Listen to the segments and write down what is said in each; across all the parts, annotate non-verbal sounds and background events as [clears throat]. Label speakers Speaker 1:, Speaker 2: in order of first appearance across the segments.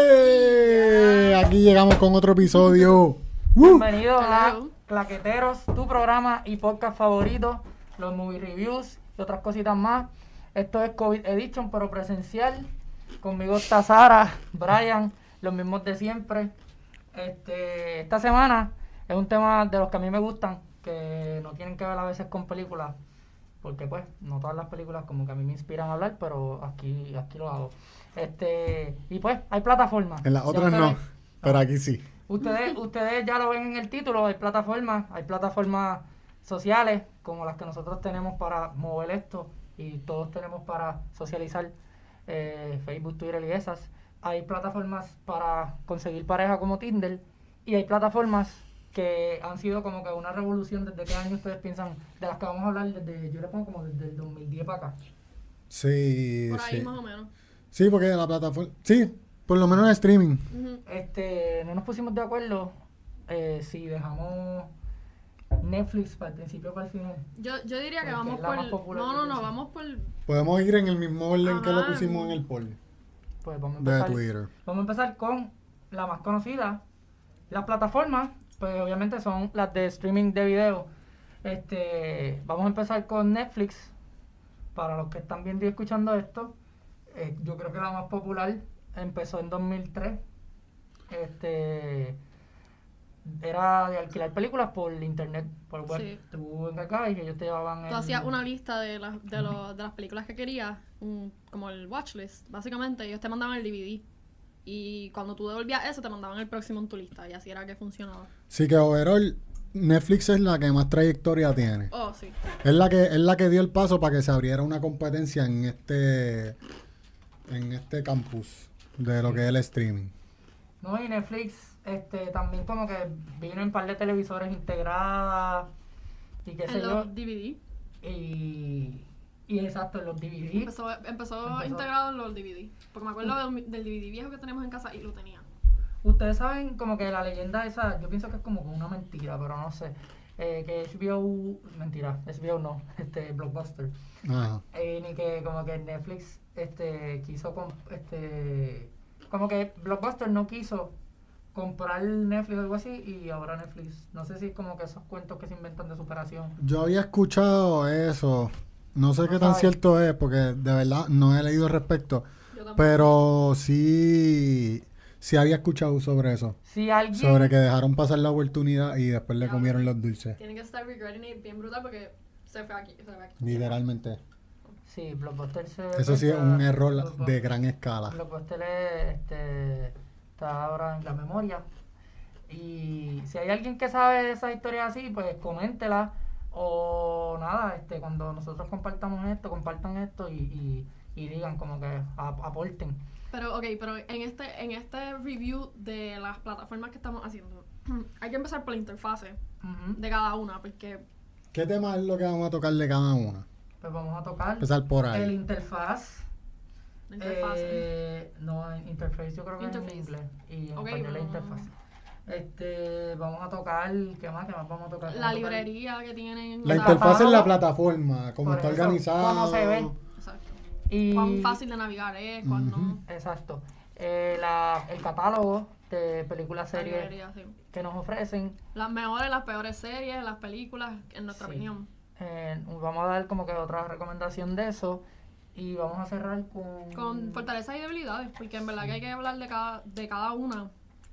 Speaker 1: ¡Eh! Aquí llegamos con otro episodio. ¡Uh!
Speaker 2: Bienvenidos a
Speaker 3: Hello.
Speaker 2: Claqueteros, tu programa y podcast favorito, los movie reviews y otras cositas más. Esto es COVID Edition, pero presencial. Conmigo está Sara, Brian, los mismos de siempre. Este, esta semana es un tema de los que a mí me gustan, que no tienen que ver a veces con películas, porque pues no todas las películas como que a mí me inspiran a hablar, pero aquí, aquí lo hago. Este, y pues hay plataformas.
Speaker 1: En las
Speaker 2: Ya
Speaker 1: otras
Speaker 2: ustedes-
Speaker 1: no, pero aquí sí.
Speaker 2: Ustedes, ustedes ya lo ven en el título, hay plataformas, hay plataformas sociales como las que nosotros tenemos para mover esto y todos tenemos para socializar eh, Facebook, Twitter y esas. Hay plataformas para conseguir pareja como Tinder y hay plataformas que han sido como que una revolución desde qué año ustedes piensan, de las que vamos a hablar desde, yo le pongo como desde el 2010 para acá.
Speaker 1: Sí,
Speaker 3: Por ahí
Speaker 1: sí.
Speaker 3: más o menos.
Speaker 1: Sí, porque la plataforma. Sí, por lo menos en streaming.
Speaker 3: Ujú.
Speaker 2: Este, no nos pusimos de acuerdo eh, si dejamos Netflix para el principio o para el final.
Speaker 3: Yo, yo diría que
Speaker 2: Porque
Speaker 3: vamos
Speaker 2: es la
Speaker 3: por.
Speaker 2: más popular,
Speaker 3: No,
Speaker 2: yo
Speaker 3: no, no,
Speaker 2: pienso.
Speaker 3: vamos por.
Speaker 1: Podemos ir en el mismo orden que lo
Speaker 3: Ajá.
Speaker 1: pusimos en el poll
Speaker 2: Pues vamos a
Speaker 1: de
Speaker 2: empezar.
Speaker 1: Twitter.
Speaker 2: Vamos a empezar con la más conocida. Las plataformas, pues obviamente son las de streaming de video. Este, vamos a empezar con Netflix. Para los que están viendo y escuchando esto, eh, yo creo que la más popular empezó en 2003. Este, era de alquilar películas por internet, por web.
Speaker 3: Sí.
Speaker 2: Tú encargabas y ellos te llevaban.
Speaker 3: Tú
Speaker 2: el-
Speaker 3: hacías una lista de las, de, los- de las películas que querías, un- como el watchlist, básicamente. Ellos te mandaban el DVD. Y cuando tú devolvías eso, te mandaban el próximo en tu lista. Y así era que funcionaba.
Speaker 1: Sí, que overall, Netflix es la que más trayectoria tiene.
Speaker 3: Oh, sí.
Speaker 1: Es la que es la que dio el paso para que se abriera una competencia en este en este campus de lo que es el streaming.
Speaker 2: No, y Netflix este, también como que vino en par de televisores integradas y qué sé
Speaker 3: En
Speaker 2: yo.
Speaker 3: los DVD.
Speaker 2: Y, y exacto, en los DVD.
Speaker 3: Empezó, empezó
Speaker 2: Empezó.
Speaker 3: integrado en los DVD. Porque me acuerdo del, del DVD viejo que tenemos en casa y lo tenía.
Speaker 2: Ustedes saben como que la leyenda esa, yo pienso que es como que una mentira, pero no sé. eh, que HBO, mentira, HBO no, [laughs] este, Blockbuster.
Speaker 1: Ajá.
Speaker 2: Eh, ni que como que Netflix este quiso com- este como que Blockbuster no quiso comprar Netflix o algo así y ahora Netflix no sé si es como que esos cuentos que se inventan de superación
Speaker 1: Yo había escuchado eso. No sé
Speaker 2: No
Speaker 1: qué tan
Speaker 2: sabes.
Speaker 1: cierto es porque de verdad no he leído al respecto,
Speaker 3: Yo también.
Speaker 1: pero sí sí había escuchado sobre eso,
Speaker 2: si alguien
Speaker 1: sobre que dejaron pasar la oportunidad y después le comieron los dulces,
Speaker 3: Tienen que estar regretting it bien brutal porque se fue aquí. Se fue aquí.
Speaker 1: literalmente.
Speaker 2: sí Blockbuster se
Speaker 1: Eso sí es
Speaker 2: cuenta-
Speaker 1: un error
Speaker 2: Blockbuster-
Speaker 1: de gran escala.
Speaker 2: Blockbuster es, este está ahora en la memoria y si hay alguien que sabe de esas historias así pues coméntela o nada este cuando nosotros compartamos esto compartan esto y, y- y digan como que ap- aporten
Speaker 3: Pero, ok, pero en este, en este review de las plataformas que estamos haciendo, [clears throat] hay que empezar por la interfase
Speaker 2: Ujú.
Speaker 3: de cada una, porque
Speaker 1: ¿Qué tema es lo que vamos a tocar de cada una?
Speaker 2: Pues vamos a tocar
Speaker 1: Empezar por
Speaker 2: el
Speaker 1: ahí.
Speaker 2: interfaz.
Speaker 3: la interfase.
Speaker 2: eh, no, interface yo creo que
Speaker 3: Interface.
Speaker 2: en inglés. Y en
Speaker 3: Ok,
Speaker 2: español es
Speaker 3: no.
Speaker 2: interfaz. Este, vamos a tocar, ¿qué más? ¿Qué más vamos a tocar? Vamos
Speaker 3: la
Speaker 2: a tocar-
Speaker 3: librería que tienen.
Speaker 1: La
Speaker 3: o sea,
Speaker 1: interfaz es la
Speaker 2: plataforma.
Speaker 1: plataforma, como
Speaker 2: Por
Speaker 1: está
Speaker 2: eso,
Speaker 1: organizada.
Speaker 2: cómo se ve.
Speaker 3: Exacto.
Speaker 2: Y,
Speaker 3: Cuán fácil de navegar es, cuán no.
Speaker 2: Exacto. Eh, la- el catálogo de películas,
Speaker 3: La
Speaker 2: series
Speaker 3: librería, sí.
Speaker 2: que nos ofrecen.
Speaker 3: Las mejores, las peores series, las películas, en nuestra
Speaker 2: Sí.
Speaker 3: opinión.
Speaker 2: Eh, vamos a dar como que otra recomendación de eso. Y vamos a cerrar con...
Speaker 3: Con fortalezas y debilidades, porque en verdad que hay que hablar de cada, de cada una,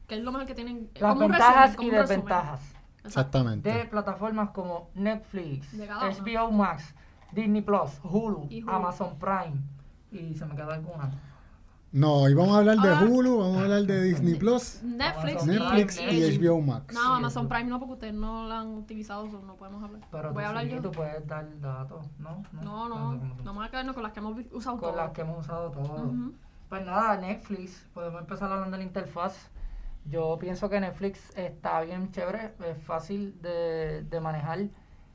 Speaker 3: que es lo mejor que tienen.
Speaker 2: las
Speaker 3: como un
Speaker 2: ventajas
Speaker 3: resumen, como
Speaker 2: y
Speaker 3: un resumen.
Speaker 2: desventajas.
Speaker 3: Exacto.
Speaker 1: Exactamente.
Speaker 2: de plataformas como Netflix,
Speaker 3: De cada uno.
Speaker 2: HBO Max, Disney Plus, Hulu,
Speaker 3: Y Hulu.
Speaker 2: Amazon Prime y se me queda alguna.
Speaker 1: No, hoy vamos a hablar de
Speaker 2: Ah.
Speaker 3: Ahora-
Speaker 1: Hulu, vamos a hablar de Disney Plus,
Speaker 3: Netflix,
Speaker 2: Amazon
Speaker 1: Netflix
Speaker 2: Prime,
Speaker 1: y
Speaker 2: Netflix.
Speaker 1: HBO Max.
Speaker 3: No, Amazon Prime no, porque ustedes no la han utilizado, so no podemos hablar.
Speaker 2: Pero
Speaker 3: Voy
Speaker 2: tú,
Speaker 3: a hablar
Speaker 2: sí,
Speaker 3: yo.
Speaker 2: tú puedes dar datos, ¿no?
Speaker 3: No,
Speaker 2: Ah,
Speaker 3: no, vamos a quedarnos con las que hemos vi- usado
Speaker 2: Con las
Speaker 3: todas.
Speaker 2: que hemos usado todos.
Speaker 3: Ujú.
Speaker 2: Pues nada, Netflix, podemos empezar hablando de la interfaz. Yo pienso que Netflix está bien chévere, es fácil de, de manejar.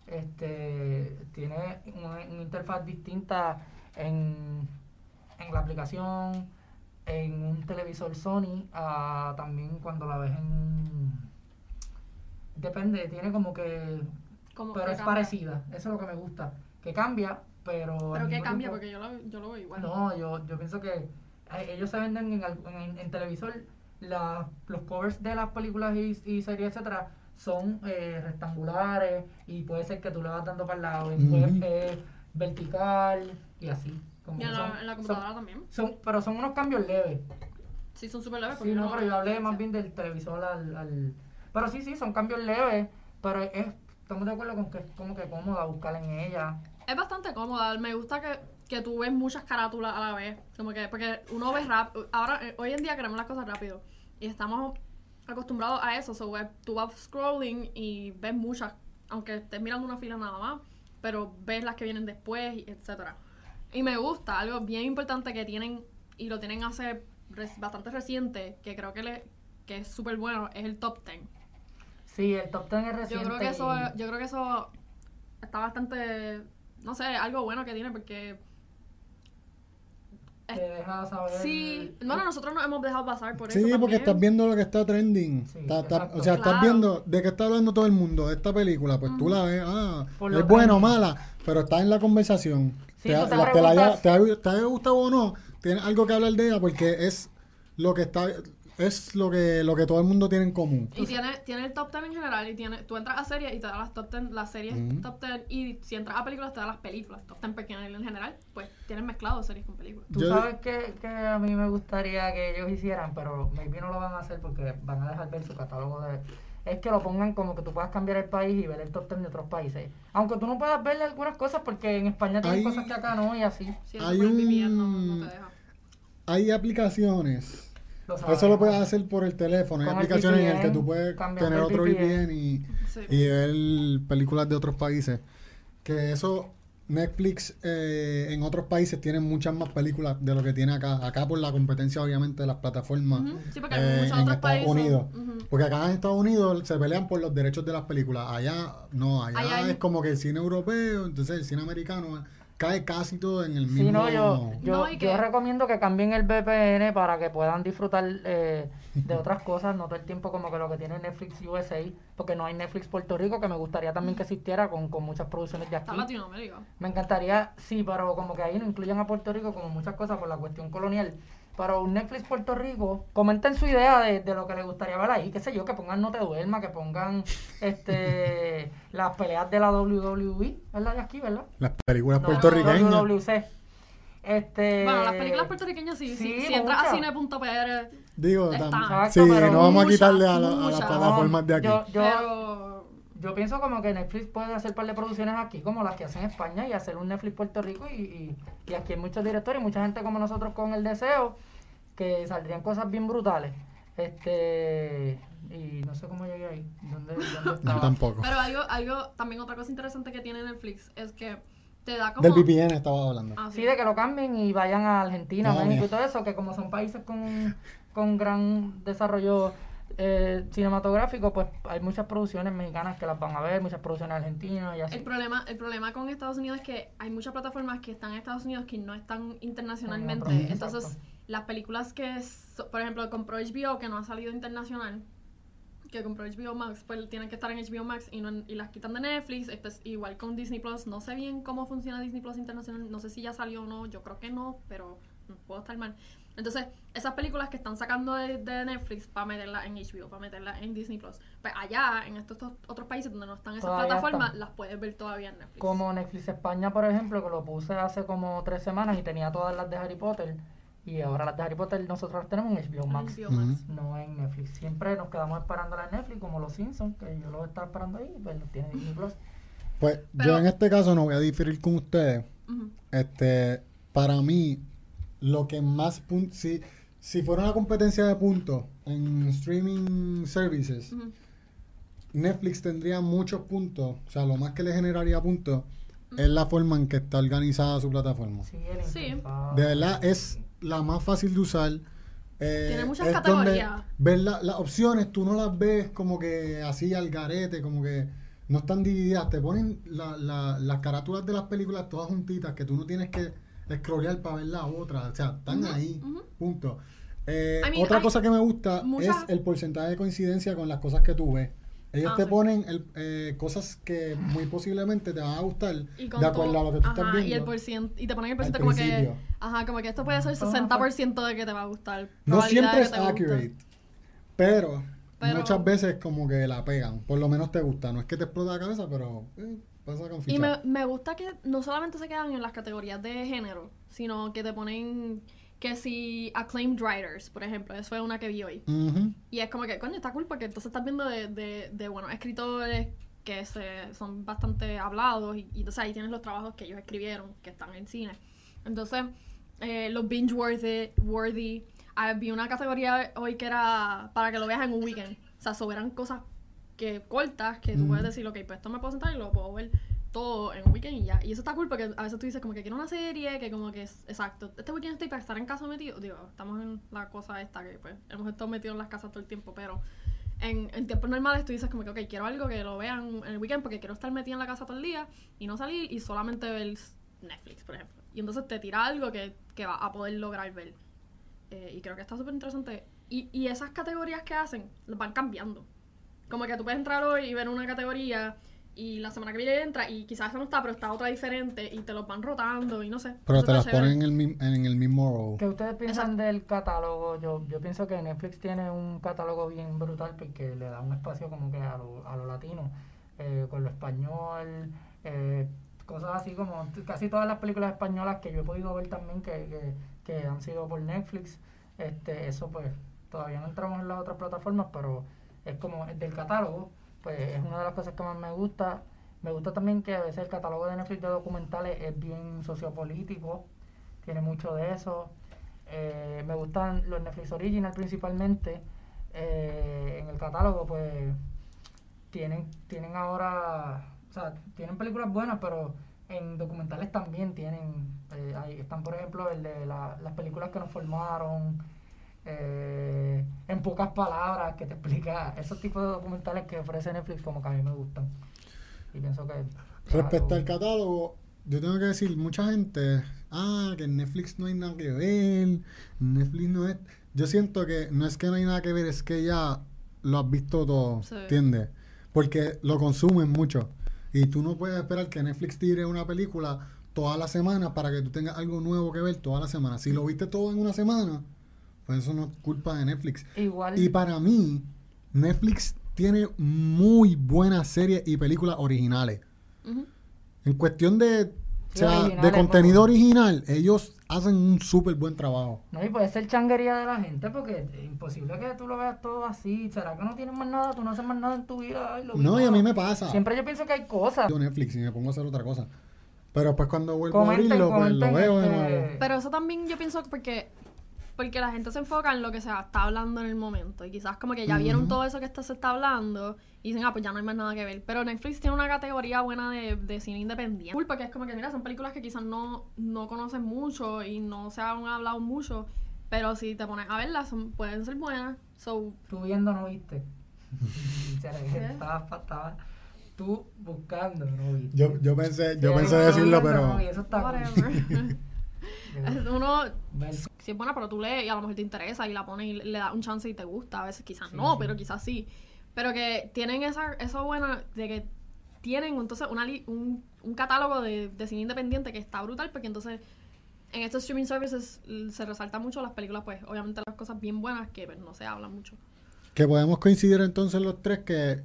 Speaker 2: Este, tiene una, una interfaz distinta en, en la aplicación, en un televisor Sony, a también cuando la ves en... Depende, tiene como que...
Speaker 3: Como
Speaker 2: Pero
Speaker 3: que
Speaker 2: es
Speaker 3: cambia.
Speaker 2: parecida, eso es lo que me gusta. Que cambia, pero... al
Speaker 3: Pero que
Speaker 2: mismo
Speaker 3: cambia,
Speaker 2: tiempo-
Speaker 3: porque yo lo, yo lo veo igual.
Speaker 2: no, yo, yo pienso que eh, ellos se venden en, al- en- en televisor, la- los covers de las películas y, y series, etcétera, son eh, rectangulares y puede ser que tú le vas dando para el lado, y
Speaker 1: Ujú.
Speaker 2: puede- eh, vertical y así. como
Speaker 3: Y en
Speaker 2: son-
Speaker 3: la, en la
Speaker 2: son-
Speaker 3: computadora también.
Speaker 2: son- pero son unos cambios leves.
Speaker 3: Sí, son súper leves.
Speaker 2: Sí, no, pero yo hablé más bien del televisor al, al- Pero sí, sí, son cambios leves, pero es, estamos de acuerdo con que es como que cómoda buscar en ella.
Speaker 3: Es bastante cómoda. Me gusta que, que tú ves muchas carátulas a la vez. Como que, porque uno ve rápido. Ahora, eh, hoy en día queremos las cosas rápido. Y estamos acostumbrados a eso. So, eh, tú vas scrolling y ves muchas. Aunque estés mirando una fila nada más. Pero ves las que vienen después, y etcétera. Y me gusta. Algo bien importante que tienen. Y lo tienen hace res- bastante reciente. Que creo que, le, que es súper bueno. Es el top 10.
Speaker 2: Sí, el top ten es
Speaker 3: Yo
Speaker 2: reciente.
Speaker 3: creo que eso,
Speaker 2: y-
Speaker 3: yo creo que eso está bastante, no sé, algo bueno que tiene porque
Speaker 2: te deja saber.
Speaker 3: Eh, sí,
Speaker 2: pues,
Speaker 3: bueno, nosotros nos hemos dejado pasar por eso.
Speaker 1: Sí, porque estás
Speaker 3: también.
Speaker 1: viendo lo que está trending.
Speaker 2: Sí,
Speaker 1: Está- está-
Speaker 2: exacto.
Speaker 1: o sea, estás
Speaker 3: Claro.
Speaker 1: viendo de qué está hablando todo el mundo de esta película. Pues tú la ves, ah,
Speaker 2: Por lo
Speaker 1: es buena o
Speaker 2: trending.
Speaker 1: mala, pero está en la conversación.
Speaker 2: Sí,
Speaker 1: te,
Speaker 2: tú
Speaker 1: ha-
Speaker 2: te
Speaker 1: la- te la haya-
Speaker 2: preguntas-
Speaker 1: te ha- te haya gustado o no, tienes algo que hablar de ella porque es lo que está es lo que lo que todo el mundo tiene en común.
Speaker 3: Y tiene, tiene el top 10 en general y tiene, tú entras a series y te da las top 10, las series
Speaker 1: Ujú.
Speaker 3: top 10 y si entras a películas te da las películas top 10 porque en general pues tienen mezclado series con películas.
Speaker 2: Tú
Speaker 1: Yo-
Speaker 2: sabes que, que a mí me gustaría que ellos hicieran, pero maybe no lo van a hacer porque van a dejar ver su catálogo de... Es que lo pongan como que tú puedas cambiar el país y ver el top 10 de otros países. Aunque tú no puedas ver algunas cosas porque en España tienen
Speaker 1: Hay-
Speaker 2: cosas que acá no y así.
Speaker 3: Si eres
Speaker 1: Hay
Speaker 3: por el VPN, no-
Speaker 1: un-
Speaker 3: no te deja.
Speaker 1: Hay aplicaciones.
Speaker 2: Lo
Speaker 1: Ah, Eso lo
Speaker 2: sabemos.
Speaker 1: puedes hacer por el teléfono. Hay
Speaker 2: Con el
Speaker 1: aplicaciones en las que
Speaker 2: VPN,
Speaker 1: tú puedes
Speaker 2: cambiando
Speaker 1: tener
Speaker 2: el
Speaker 1: otro
Speaker 2: VPN.
Speaker 1: VPN y
Speaker 3: Sí.
Speaker 1: y ver películas de otros países. Que eso, Netflix eh, en otros países tiene muchas más películas de lo que tiene acá. Acá por la competencia, obviamente, de las plataformas
Speaker 3: Ujú. Sí, porque hay
Speaker 1: eh,
Speaker 3: muchos
Speaker 1: en
Speaker 3: otros
Speaker 1: Estados
Speaker 3: países.
Speaker 1: Unidos.
Speaker 3: Ujú.
Speaker 1: Porque acá en Estados Unidos se pelean por los derechos de las películas. Allá no, allá
Speaker 3: Allá hay-
Speaker 1: es como que el cine europeo, entonces el cine americano cae casi todo en el mismo...
Speaker 2: Sí, no, yo, yo,
Speaker 3: No, ¿y
Speaker 2: yo
Speaker 3: qué?
Speaker 2: recomiendo que cambien el VPN para que puedan disfrutar eh, de otras cosas, no todo el tiempo como que lo que tiene Netflix USA, porque no hay Netflix Puerto Rico, que me gustaría también que existiera con, con muchas producciones de aquí.
Speaker 3: Mm. Está Latinoamérica.
Speaker 2: Me encantaría, sí, pero como que ahí no incluyan a Puerto Rico como muchas cosas por la cuestión colonial. Pero un Netflix Puerto Rico, comenten su idea de, de lo que les gustaría ver ahí, qué sé yo, que pongan No Te Duerma, que pongan este
Speaker 3: [laughs]
Speaker 2: las peleas de la WWE, ¿verdad? De aquí, ¿verdad?
Speaker 1: Las películas
Speaker 2: No,
Speaker 1: puertorriqueñas.
Speaker 2: WWC. E, Este,
Speaker 3: Bueno, las películas puertorriqueñas sí, sí,
Speaker 2: sí,
Speaker 3: si entras a
Speaker 2: muchas.
Speaker 3: cine.pr
Speaker 1: Digo,
Speaker 3: Está.
Speaker 1: tam- sí,
Speaker 2: Exacto, pero
Speaker 1: no vamos a
Speaker 3: muchas,
Speaker 1: quitarle a, la- a las
Speaker 3: muchas.
Speaker 1: plataformas de aquí.
Speaker 2: Yo, yo,
Speaker 3: Pero
Speaker 2: yo pienso como que Netflix puede hacer par de producciones aquí, como las que hacen en España, y hacer un Netflix Puerto Rico. Y, y, y aquí hay muchos directores, mucha gente como nosotros con el deseo, que saldrían cosas bien brutales. Este. Y no sé cómo llegué ahí. ¿Dónde, dónde
Speaker 1: No,
Speaker 2: estaba?
Speaker 1: tampoco.
Speaker 3: Pero algo, algo, también otra cosa interesante que tiene Netflix es que te da como...
Speaker 1: Del VPN estaba hablando.
Speaker 3: Ah, sí.
Speaker 2: Sí, de que lo cambien y vayan a Argentina,
Speaker 1: Madre
Speaker 2: México
Speaker 1: mía.
Speaker 2: y todo eso, que como son países con, con gran desarrollo eh, cinematográfico, pues hay muchas producciones mexicanas que las van a ver, muchas producciones argentinas y así.
Speaker 3: El problema, el problema con Estados Unidos es que hay muchas plataformas que están en Estados Unidos que no están internacionalmente.
Speaker 2: Ajá.
Speaker 3: Entonces,
Speaker 2: Exacto.
Speaker 3: las películas que, so- por ejemplo, compró HBO que no ha salido internacional, que compró HBO Max, pues tienen que estar en HBO Max y, no en- y las quitan de Netflix. Espe- igual con Disney Plus, no sé bien cómo funciona Disney Plus internacional, no sé si ya salió o no, yo creo que no, pero mm, puedo estar mal. Entonces, esas películas que están sacando de, de Netflix para meterlas en HBO, para meterlas en Disney Plus, pues allá, en estos to- otros países donde no están esas
Speaker 2: Todavía
Speaker 3: plataformas,
Speaker 2: están.
Speaker 3: las puedes ver todavía en Netflix.
Speaker 2: Como Netflix España, por ejemplo, que lo puse hace como tres semanas y tenía todas las de Harry Potter. Y ahora las de Harry Potter nosotros las tenemos en HBO
Speaker 3: En
Speaker 2: Max,
Speaker 3: HBO Max.
Speaker 1: Ujú.
Speaker 2: no en Netflix. Siempre nos quedamos esperando las Netflix, como los Simpsons, que yo los estaba esperando ahí, pero los tiene Disney Plus.
Speaker 1: Pues yo
Speaker 3: Pero-
Speaker 1: en este caso no voy a diferir con ustedes.
Speaker 3: Ujú.
Speaker 1: Este, para mí, lo que más pun- si, si fuera una competencia de puntos en streaming services,
Speaker 3: Ujú.
Speaker 1: Netflix tendría muchos puntos, o sea, lo más que le generaría puntos es la forma en que está organizada su plataforma.
Speaker 2: Sí, el
Speaker 3: Sí.
Speaker 2: interfaz.
Speaker 1: De verdad es la más fácil de usar. eh,
Speaker 3: Tiene muchas
Speaker 1: es donde
Speaker 3: categorías.
Speaker 1: ves la- las opciones, tú no las ves como que así al garete, como que no están divididas. Te ponen la- la- las carátulas de las películas todas juntitas, que tú no tienes que scrollear para ver la otra. O sea, están ahí,
Speaker 3: ujú.
Speaker 1: punto. Eh,
Speaker 3: I mean,
Speaker 1: otra
Speaker 3: hay
Speaker 1: cosa que me gusta
Speaker 3: muchas-
Speaker 1: es el porcentaje de coincidencia con las cosas que tú ves. Ellos
Speaker 3: Ah,
Speaker 1: te
Speaker 3: sí.
Speaker 1: ponen el- eh, cosas que muy posiblemente te van a gustar
Speaker 3: Y
Speaker 1: de
Speaker 3: con
Speaker 1: acuerdo
Speaker 3: todo-
Speaker 1: a lo que tú
Speaker 3: ajá,
Speaker 1: estás viendo.
Speaker 3: Y, el porcien- y te ponen el
Speaker 1: al
Speaker 3: porcentaje como que.
Speaker 1: principio. Ah, pues,
Speaker 3: Ajá, como que esto puede ser
Speaker 2: Todo una
Speaker 3: 60% de que te va a gustar.
Speaker 1: no
Speaker 3: probabilidad de
Speaker 1: siempre
Speaker 3: que
Speaker 1: es
Speaker 3: te guste.
Speaker 1: accurate, pero,
Speaker 3: Pero-
Speaker 1: muchas veces como que la pegan. Por lo menos te gusta. No es que te explota la cabeza, pero eh, pasa con
Speaker 3: Y me,
Speaker 1: ficha.
Speaker 3: me gusta que no solamente se quedan en las categorías de género, sino que te ponen que si acclaimed writers, por ejemplo, eso fue una que vi hoy.
Speaker 1: Ujú.
Speaker 3: Y es como que, coño, está cool porque entonces estás viendo de, de, de buenos escritores que se, son bastante hablados y, y entonces ahí tienes los trabajos que ellos escribieron, que están en cine. Entonces, eh, los binge worthy, worthy. Ah, vi una categoría hoy que era para que lo veas en un weekend. O sea, sobran cosas que cortas que tú
Speaker 1: Mm.
Speaker 3: puedes decir, ok, pues esto me puedo sentar y lo puedo ver todo en un weekend y ya. Y eso está cool porque a veces tú dices como que quiero una serie, que como que es exacto. Este weekend estoy para estar en casa metido. Digo, estamos en la cosa esta que pues hemos estado metidos en las casas todo el tiempo, pero en, en tiempos normales tú dices como que, ok, quiero algo que lo vean en el weekend porque quiero estar metida en la casa todo el día y no salir y solamente ver Netflix, por ejemplo. Y entonces te tira algo que, que va a poder lograr ver. Eh, y creo que está súper interesante. Y, y esas categorías que hacen las van cambiando. Como que tú puedes entrar hoy y ver una categoría y la semana que viene entra y quizás esa no está, pero está otra diferente y te los van rotando y no sé.
Speaker 1: Pero
Speaker 3: Eso
Speaker 1: te
Speaker 3: está
Speaker 1: las
Speaker 3: chévere.
Speaker 1: ponen en el, mi- en el mismo row.
Speaker 2: ¿Qué ustedes piensan del catálogo? Yo, yo pienso que Netflix tiene un catálogo bien brutal porque le da un espacio como que a lo, a lo latino, eh, con lo español, eh, cosas así como t- casi todas las películas españolas que yo he podido ver también que, que, que han sido por Netflix. Este, eso pues todavía no entramos en las otras plataformas, pero es como el del catálogo, pues es una de las cosas que más me gusta. Me gusta también que a veces el catálogo de Netflix de documentales es bien sociopolítico, tiene mucho de eso. Eh, me gustan los Netflix Original principalmente. Eh, en el catálogo, pues, tienen, tienen ahora, o sea, tienen películas buenas, pero en documentales también tienen, eh, ahí están, por ejemplo, el de la- las películas que nos formaron, eh, en pocas palabras, que te explica esos tipos de documentales que ofrece Netflix, como que a mí me gustan. Y pienso que...
Speaker 1: Respecto al
Speaker 2: catálogo
Speaker 1: catálogo, yo tengo que decir, mucha gente, ah, que en Netflix no hay nada que ver, Netflix no es... Yo siento que no es que no hay nada que ver, es que ya lo has visto todo,
Speaker 3: Sí.
Speaker 1: ¿entiendes? Porque lo consumen mucho. Y tú no puedes esperar que Netflix tire una película toda la semana para que tú tengas algo nuevo que ver toda la semana. Si lo viste todo en una semana, pues eso no es culpa de Netflix.
Speaker 2: Igual...
Speaker 1: Y para mí, Netflix tiene muy buenas series y películas originales.
Speaker 3: Ujú.
Speaker 1: En cuestión de, o sea,
Speaker 2: originales,
Speaker 1: de contenido
Speaker 2: vamos.
Speaker 1: original, ellos hacen un súper buen trabajo.
Speaker 2: No, y puede ser changuería de la gente porque es imposible que tú lo veas todo así. ¿Será que no tienes más nada? ¿Tú no haces más nada en tu vida? Ay, lo
Speaker 1: No, y a
Speaker 2: mismo.
Speaker 1: mí me pasa.
Speaker 2: Siempre yo pienso que hay cosas.
Speaker 1: Yo Netflix y me pongo a hacer otra cosa. Pero pues cuando vuelvo
Speaker 2: Comenten,
Speaker 1: a abrirlo, pues lo
Speaker 2: comenten,
Speaker 1: veo de
Speaker 2: este,
Speaker 1: nuevo.
Speaker 3: Pero eso también yo pienso que porque porque la gente se enfoca en lo que se está hablando en el momento y quizás como que ya vieron
Speaker 1: Ujú.
Speaker 3: todo eso que está- se está hablando y dicen, ah, pues ya no hay más nada que ver. Pero Netflix tiene una categoría buena de, de cine independiente. Cool, porque es como que, mira, son películas que quizás no, no conocen mucho y no se han hablado mucho, pero si te pones a verlas, son- pueden ser buenas. So,
Speaker 2: Tú viendo no viste.
Speaker 1: [laughs]
Speaker 2: [laughs] ¿Será que
Speaker 3: ¿Qué?
Speaker 2: estabas, pa- estabas tú buscando no viste?
Speaker 1: Yo, yo pensé, yo
Speaker 2: Sí,
Speaker 1: pensé
Speaker 2: tú
Speaker 1: decirlo,
Speaker 2: viendo,
Speaker 1: pero
Speaker 2: no, y eso está cool. [laughs]
Speaker 3: whatever. [laughs]
Speaker 2: Yo-
Speaker 3: Uno
Speaker 2: ver-
Speaker 3: si es buena, pero tú lees y a lo mejor te interesa y la pones y le das un chance y te gusta. A veces quizás
Speaker 2: Sí,
Speaker 3: no,
Speaker 2: sí.
Speaker 3: pero quizás sí. Pero que tienen esa, eso buena de que tienen entonces una li- un, un catálogo de, de cine independiente que está brutal porque entonces en estos streaming services l- se resaltan mucho las películas, pues obviamente las cosas bien buenas que pues, no se hablan mucho.
Speaker 1: que podemos coincidir entonces los tres que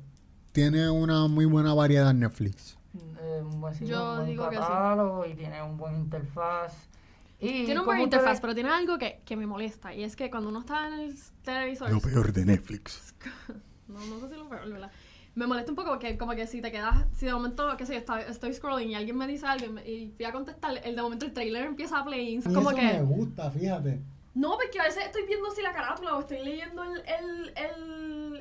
Speaker 1: tiene una muy buena variedad Netflix.
Speaker 2: eh, un buen, sitio,
Speaker 3: Yo
Speaker 2: un buen
Speaker 3: digo que sí.
Speaker 2: catálogo y tiene un buen interfaz. Y
Speaker 3: Tiene un
Speaker 2: como
Speaker 3: buen
Speaker 2: ustedes-
Speaker 3: interfaz, pero tiene algo que, que me molesta y es que cuando uno está en el s- televisor...
Speaker 1: peor de Netflix.
Speaker 3: [laughs] No, no sé si lo peor, ¿verdad? Me molesta un poco porque como que si te quedas, si de momento, qué sé yo, está- estoy scrolling y alguien me dice algo y me- y voy a contestar, el de momento el trailer empieza a play, como
Speaker 1: eso me
Speaker 3: que...
Speaker 1: gusta, fíjate.
Speaker 3: No, porque a veces estoy viendo si la carátula o estoy leyendo el, el,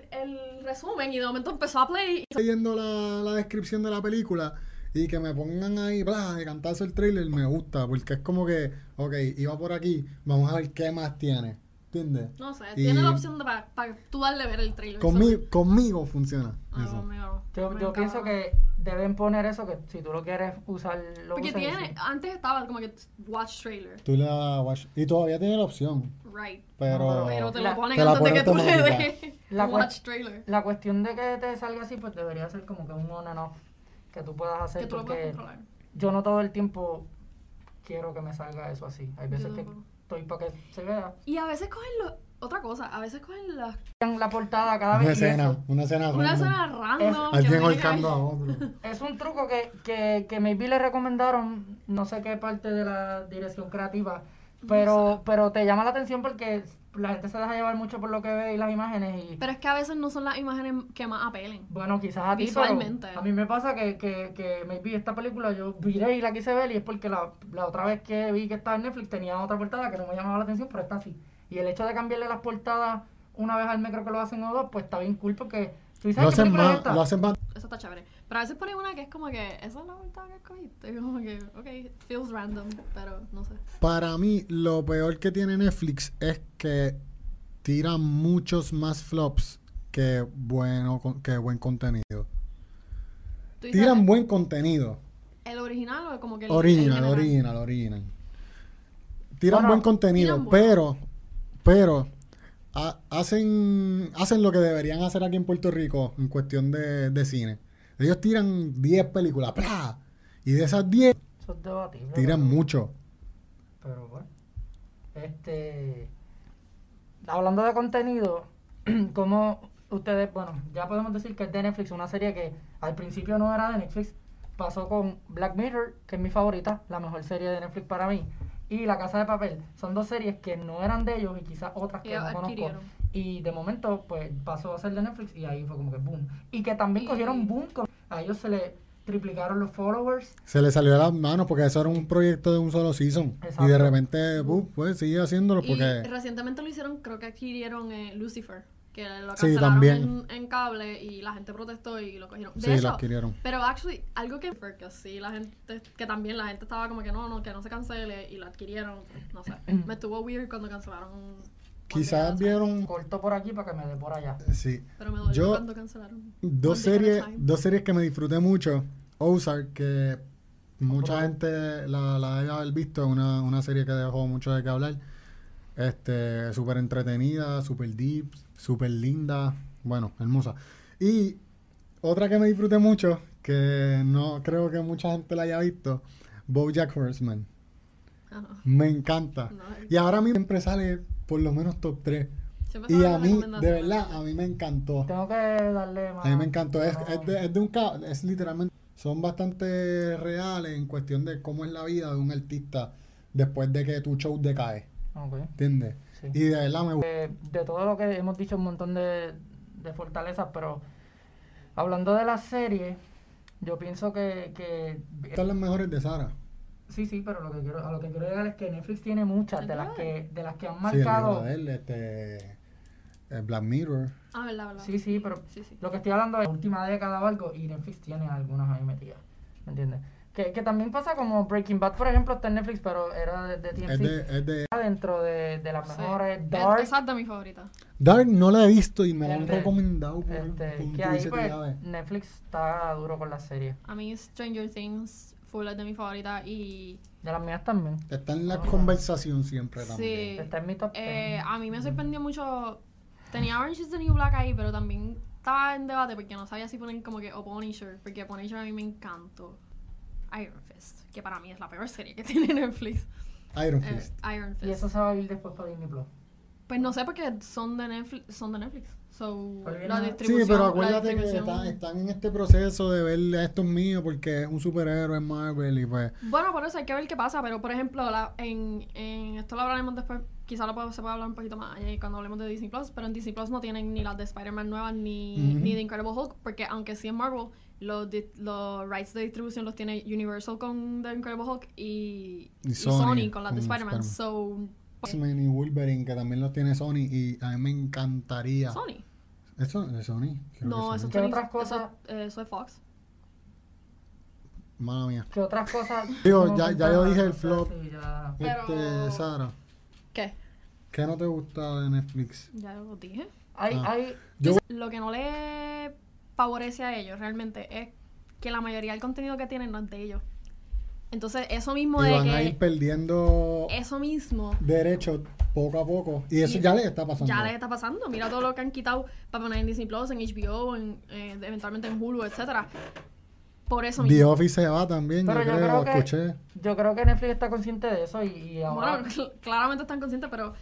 Speaker 3: el, el resumen y de momento empezó a play.
Speaker 1: leyendo la, la descripción de la película y que me pongan ahí, bla, de cantarse el trailer, me gusta, porque es como que, ok, iba por aquí, vamos a ver qué más tiene, ¿entiendes?
Speaker 3: No sé,
Speaker 1: Y-
Speaker 3: tiene la opción de para tú darle ver el trailer.
Speaker 1: Conmigo, conmigo funciona
Speaker 3: Ah,
Speaker 1: eso.
Speaker 3: conmigo.
Speaker 2: Yo,
Speaker 3: Me
Speaker 2: yo pienso
Speaker 3: encanta.
Speaker 2: que deben poner eso que si tú lo quieres usar, lo
Speaker 3: Porque
Speaker 2: usas y
Speaker 3: tiene,
Speaker 2: sí.
Speaker 3: antes estaba como que watch trailer,
Speaker 1: Tú le das a watch- y todavía tiene la opción,
Speaker 3: right.
Speaker 1: pero...
Speaker 2: No,
Speaker 3: Pero te
Speaker 2: La-
Speaker 3: lo ponen
Speaker 1: te la
Speaker 3: antes
Speaker 1: pone
Speaker 3: de que tú le
Speaker 1: automática.
Speaker 3: des.
Speaker 2: La, cue-
Speaker 3: watch trailer.
Speaker 2: la cuestión de que te salga así, pues debería ser como que un on and off que tú puedas hacer.
Speaker 3: Que tú lo
Speaker 2: porque
Speaker 3: puedes controlar.
Speaker 2: yo no todo el tiempo quiero que me salga eso así. Hay veces que
Speaker 3: tampoco.
Speaker 2: estoy para que se vea.
Speaker 3: Y a veces cogen lo, otra cosa, a veces cogen las
Speaker 2: Vean La portada cada
Speaker 1: Una
Speaker 2: vez y
Speaker 1: escena,
Speaker 2: eso.
Speaker 1: una escena.
Speaker 3: una
Speaker 1: random.
Speaker 3: escena random. que
Speaker 1: Alguien
Speaker 3: no tiene que ver.
Speaker 1: ahorcando a otro.
Speaker 2: Es un truco que, que, que maybe le recomendaron, no sé qué parte de la dirección creativa, pero, pero te llama la atención porque la gente se deja llevar mucho por lo que ve y las imágenes y...
Speaker 3: Pero es que a veces no son las imágenes que más apelen.
Speaker 2: Bueno, quizás a ti, pero
Speaker 3: Visualmente.
Speaker 2: a mí me pasa que, que, que maybe esta película yo viré y la quise ver y es porque la, la otra vez que vi que estaba en Netflix tenía otra portada que no me llamaba la atención, pero está así. Y el hecho de cambiarle las portadas una vez al mes creo que lo hacen o dos, pues está bien cool porque tú dices,
Speaker 1: Lo
Speaker 2: "Ay, ¿qué
Speaker 1: hacen
Speaker 2: película es
Speaker 1: más,
Speaker 2: esta?".
Speaker 1: lo hacen más
Speaker 3: Eso está chévere. Pero a veces ponen una que es como que, esa es la verdad que escogiste. Como que, ok, feels random, pero no sé.
Speaker 1: Para mí, lo peor que tiene Netflix es que tira muchos más flops que, bueno, con- que buen contenido.
Speaker 3: Tú dices,
Speaker 1: Tiran buen contenido.
Speaker 3: ¿El original o como que el el
Speaker 1: Original,
Speaker 3: general?
Speaker 1: original, original. Tiran
Speaker 2: Bueno,
Speaker 1: buen contenido,
Speaker 3: tiran bueno.
Speaker 1: pero, pero ha- hacen, hacen lo que deberían hacer aquí en Puerto Rico en cuestión de, de cine. Ellos tiran 10 películas, ¡plá! Y de esas 10,
Speaker 2: Eso es debatible.
Speaker 1: tiran
Speaker 2: pero-
Speaker 1: mucho.
Speaker 2: Pero bueno. Este. Hablando de contenido, [clears throat] como ustedes, bueno, ya podemos decir que es de Netflix, una serie que al principio no era de Netflix. Pasó con Black Mirror, que es mi favorita, la mejor serie de Netflix para mí, y La Casa de Papel. Son dos series que no eran de ellos y quizás otras que
Speaker 3: Que
Speaker 2: no conozco.
Speaker 3: adquirieron.
Speaker 2: Y de momento, pues pasó a ser de Netflix y ahí fue como que boom. Y que también cogieron boom. con- A ellos se le triplicaron los followers.
Speaker 1: Se le salió de las manos porque eso era un proyecto de un solo season. Y
Speaker 2: Exacto.
Speaker 1: de repente, bu, pues sigue haciéndolo porque.
Speaker 3: Y recientemente lo hicieron, creo que adquirieron eh, Lucifer, que lo
Speaker 1: Sí,
Speaker 3: cancelaron
Speaker 1: también.
Speaker 3: en, en cable y la gente protestó y lo cogieron. De
Speaker 1: Sí, lo
Speaker 3: hecho,
Speaker 1: adquirieron.
Speaker 3: Pero actually, algo que, porque sí, la gente, que también la gente estaba como que no, no, que no se cancele y lo adquirieron, no sé. Me estuvo weird cuando cancelaron.
Speaker 1: Quizás
Speaker 3: One Day at a Time,
Speaker 1: vieron.
Speaker 2: Corto por aquí para que me dé por allá.
Speaker 1: Sí.
Speaker 3: Pero me dolió
Speaker 1: yo-
Speaker 3: cuando cancelaron.
Speaker 1: Dos
Speaker 3: One Day at a
Speaker 1: series,
Speaker 3: Time.
Speaker 1: dos series que me disfruté mucho. Ozark, que mucha
Speaker 2: Ojo.
Speaker 1: gente la, la debe haber visto. es Una, una serie que dejó mucho de qué hablar. Este, súper entretenida, súper deep, súper linda. Bueno, hermosa. Y otra que me disfruté mucho, que no creo que mucha gente la haya visto, Bojack Horseman.
Speaker 3: Ajá.
Speaker 1: Me encanta.
Speaker 3: No,
Speaker 1: Y ahora mismo siempre sale por lo menos top 3.
Speaker 3: siempre
Speaker 1: Y
Speaker 3: son
Speaker 1: a
Speaker 3: las
Speaker 1: mí, de
Speaker 3: recomendaciones.
Speaker 1: verdad, a mí me encantó.
Speaker 2: Tengo que darle más.
Speaker 1: A mí
Speaker 3: Ah,
Speaker 1: me encantó. Es,
Speaker 2: No.
Speaker 1: es de, es de un ca- es literalmente, son bastante reales en cuestión de cómo es la vida de un artista después de que tu show decae.
Speaker 2: Ok,
Speaker 1: ¿Entiendes?
Speaker 2: sí.
Speaker 1: Y de verdad me gusta.
Speaker 2: Eh, de todo lo que hemos dicho, un montón de, de fortalezas, pero hablando de la serie, yo pienso que, que.
Speaker 1: Están las mejores de Sara.
Speaker 2: Sí, sí, pero lo que quiero, a lo que quiero llegar es que Netflix tiene muchas de las que, de las que han marcado.
Speaker 1: Sí, el libro de él, este, eh, Black Mirror.
Speaker 3: Ah, verdad, verdad.
Speaker 2: Sí, sí, pero
Speaker 3: Sí, sí.
Speaker 2: lo que estoy hablando es la última década o algo y Netflix tiene algunas ahí metidas. ¿Me entiendes? Que, que también pasa como Breaking Bad, por ejemplo, está en Netflix, pero era de, de
Speaker 1: Es
Speaker 2: TNT.
Speaker 1: de, es de-
Speaker 2: Dentro de, de las
Speaker 3: Sí.
Speaker 2: mejores.
Speaker 3: Es-
Speaker 2: Dark.
Speaker 3: Esa es de mi favorita.
Speaker 1: Dark no la he visto y me la han
Speaker 2: Este,
Speaker 1: recomendado. Por,
Speaker 2: Este,
Speaker 1: por
Speaker 2: que
Speaker 1: tu
Speaker 2: ahí
Speaker 1: dice,
Speaker 2: pues
Speaker 1: ya ves.
Speaker 2: Netflix está duro con las series.
Speaker 3: A mí Stranger Things full es de mi favorita y
Speaker 2: De las mías también.
Speaker 1: Está en la conversación siempre también.
Speaker 3: sí.
Speaker 2: Está en mi top
Speaker 3: Eh,
Speaker 2: 10.
Speaker 3: a mí me sorprendió mucho. Tenía Orange is the New Black ahí, pero también estaba en debate porque no sabía si poner como que o Punisher, porque Punisher a mí me encantó. Iron Fist, que para mí es la peor serie que [laughs] tiene Netflix.
Speaker 1: Iron
Speaker 3: Eh,
Speaker 1: Fist.
Speaker 3: Iron Fist.
Speaker 2: Y eso se va a ir después para Disney Plus.
Speaker 3: Pues no sé porque son de Netflix, son de Netflix. So,
Speaker 2: Pero viene-
Speaker 3: la
Speaker 2: Sí,
Speaker 1: Sí,
Speaker 3: distribución.
Speaker 1: pero
Speaker 3: la
Speaker 1: acuérdate que
Speaker 3: distribución-
Speaker 1: están, están en este proceso de ver esto es mío porque es un superhéroe en Marvel y pues
Speaker 3: Bueno, por eso hay que ver qué pasa, pero por ejemplo, la- en, en- esto lo hablaremos después, quizá lo puedo- se pueda hablar un poquito más allá cuando hablemos de Disney Plus, pero en Disney Plus no tienen ni las de Spider-Man nuevas ni,
Speaker 1: Ujú.
Speaker 3: ni de Incredible Hulk, porque aunque sí en Marvel, los, di- los rights de distribución los tiene Universal con The Incredible Hulk y,
Speaker 1: Y
Speaker 3: y
Speaker 1: Sony
Speaker 3: con las de
Speaker 1: con
Speaker 3: Spider-Man.
Speaker 1: Spider-Man.
Speaker 3: so,
Speaker 1: X-Men y Wolverine que también los tiene Sony y a mí me encantaría.
Speaker 3: Sony.
Speaker 1: ¿Eso es Sony? Creo que
Speaker 3: No,
Speaker 1: Sony.
Speaker 3: eso, es
Speaker 2: ¿Qué
Speaker 3: Sony-
Speaker 2: otras
Speaker 3: eso-
Speaker 2: cosas?
Speaker 3: eh, eso es Fox.
Speaker 1: Mala mía.
Speaker 2: Que otras cosas.
Speaker 1: [laughs] Digo,
Speaker 2: no
Speaker 1: ya-
Speaker 2: son
Speaker 1: ya yo
Speaker 2: tan-
Speaker 1: dije el flop.
Speaker 2: Sí, ya.
Speaker 3: Pero-
Speaker 1: Este, Sara,
Speaker 3: ¿Qué?
Speaker 1: ¿qué no te gusta de Netflix?
Speaker 3: Ya lo dije.
Speaker 2: Hay,
Speaker 1: Ah.
Speaker 2: hay.
Speaker 1: Yo
Speaker 3: Lo que no le favorece a ellos realmente es que la mayoría del contenido que tienen no es de ellos. Entonces, eso mismo
Speaker 1: y van a
Speaker 3: de
Speaker 1: ir
Speaker 3: que.
Speaker 1: perdiendo
Speaker 3: Eso mismo.
Speaker 1: derechos poco a poco. Y eso
Speaker 3: Y-
Speaker 1: ya le está pasando.
Speaker 3: Ya les está pasando. Mira todo lo que han quitado para poner en Disney Plus, en HBO, en, eh, eventualmente en Hulu, etcétera. Por eso
Speaker 1: The
Speaker 3: mismo.
Speaker 1: Office se va también,
Speaker 2: Pero
Speaker 1: yo, creo,
Speaker 2: que,
Speaker 1: escuché.
Speaker 2: yo creo que Netflix está consciente de eso y, y ahora...
Speaker 3: Bueno, [laughs] cl- claramente están conscientes, pero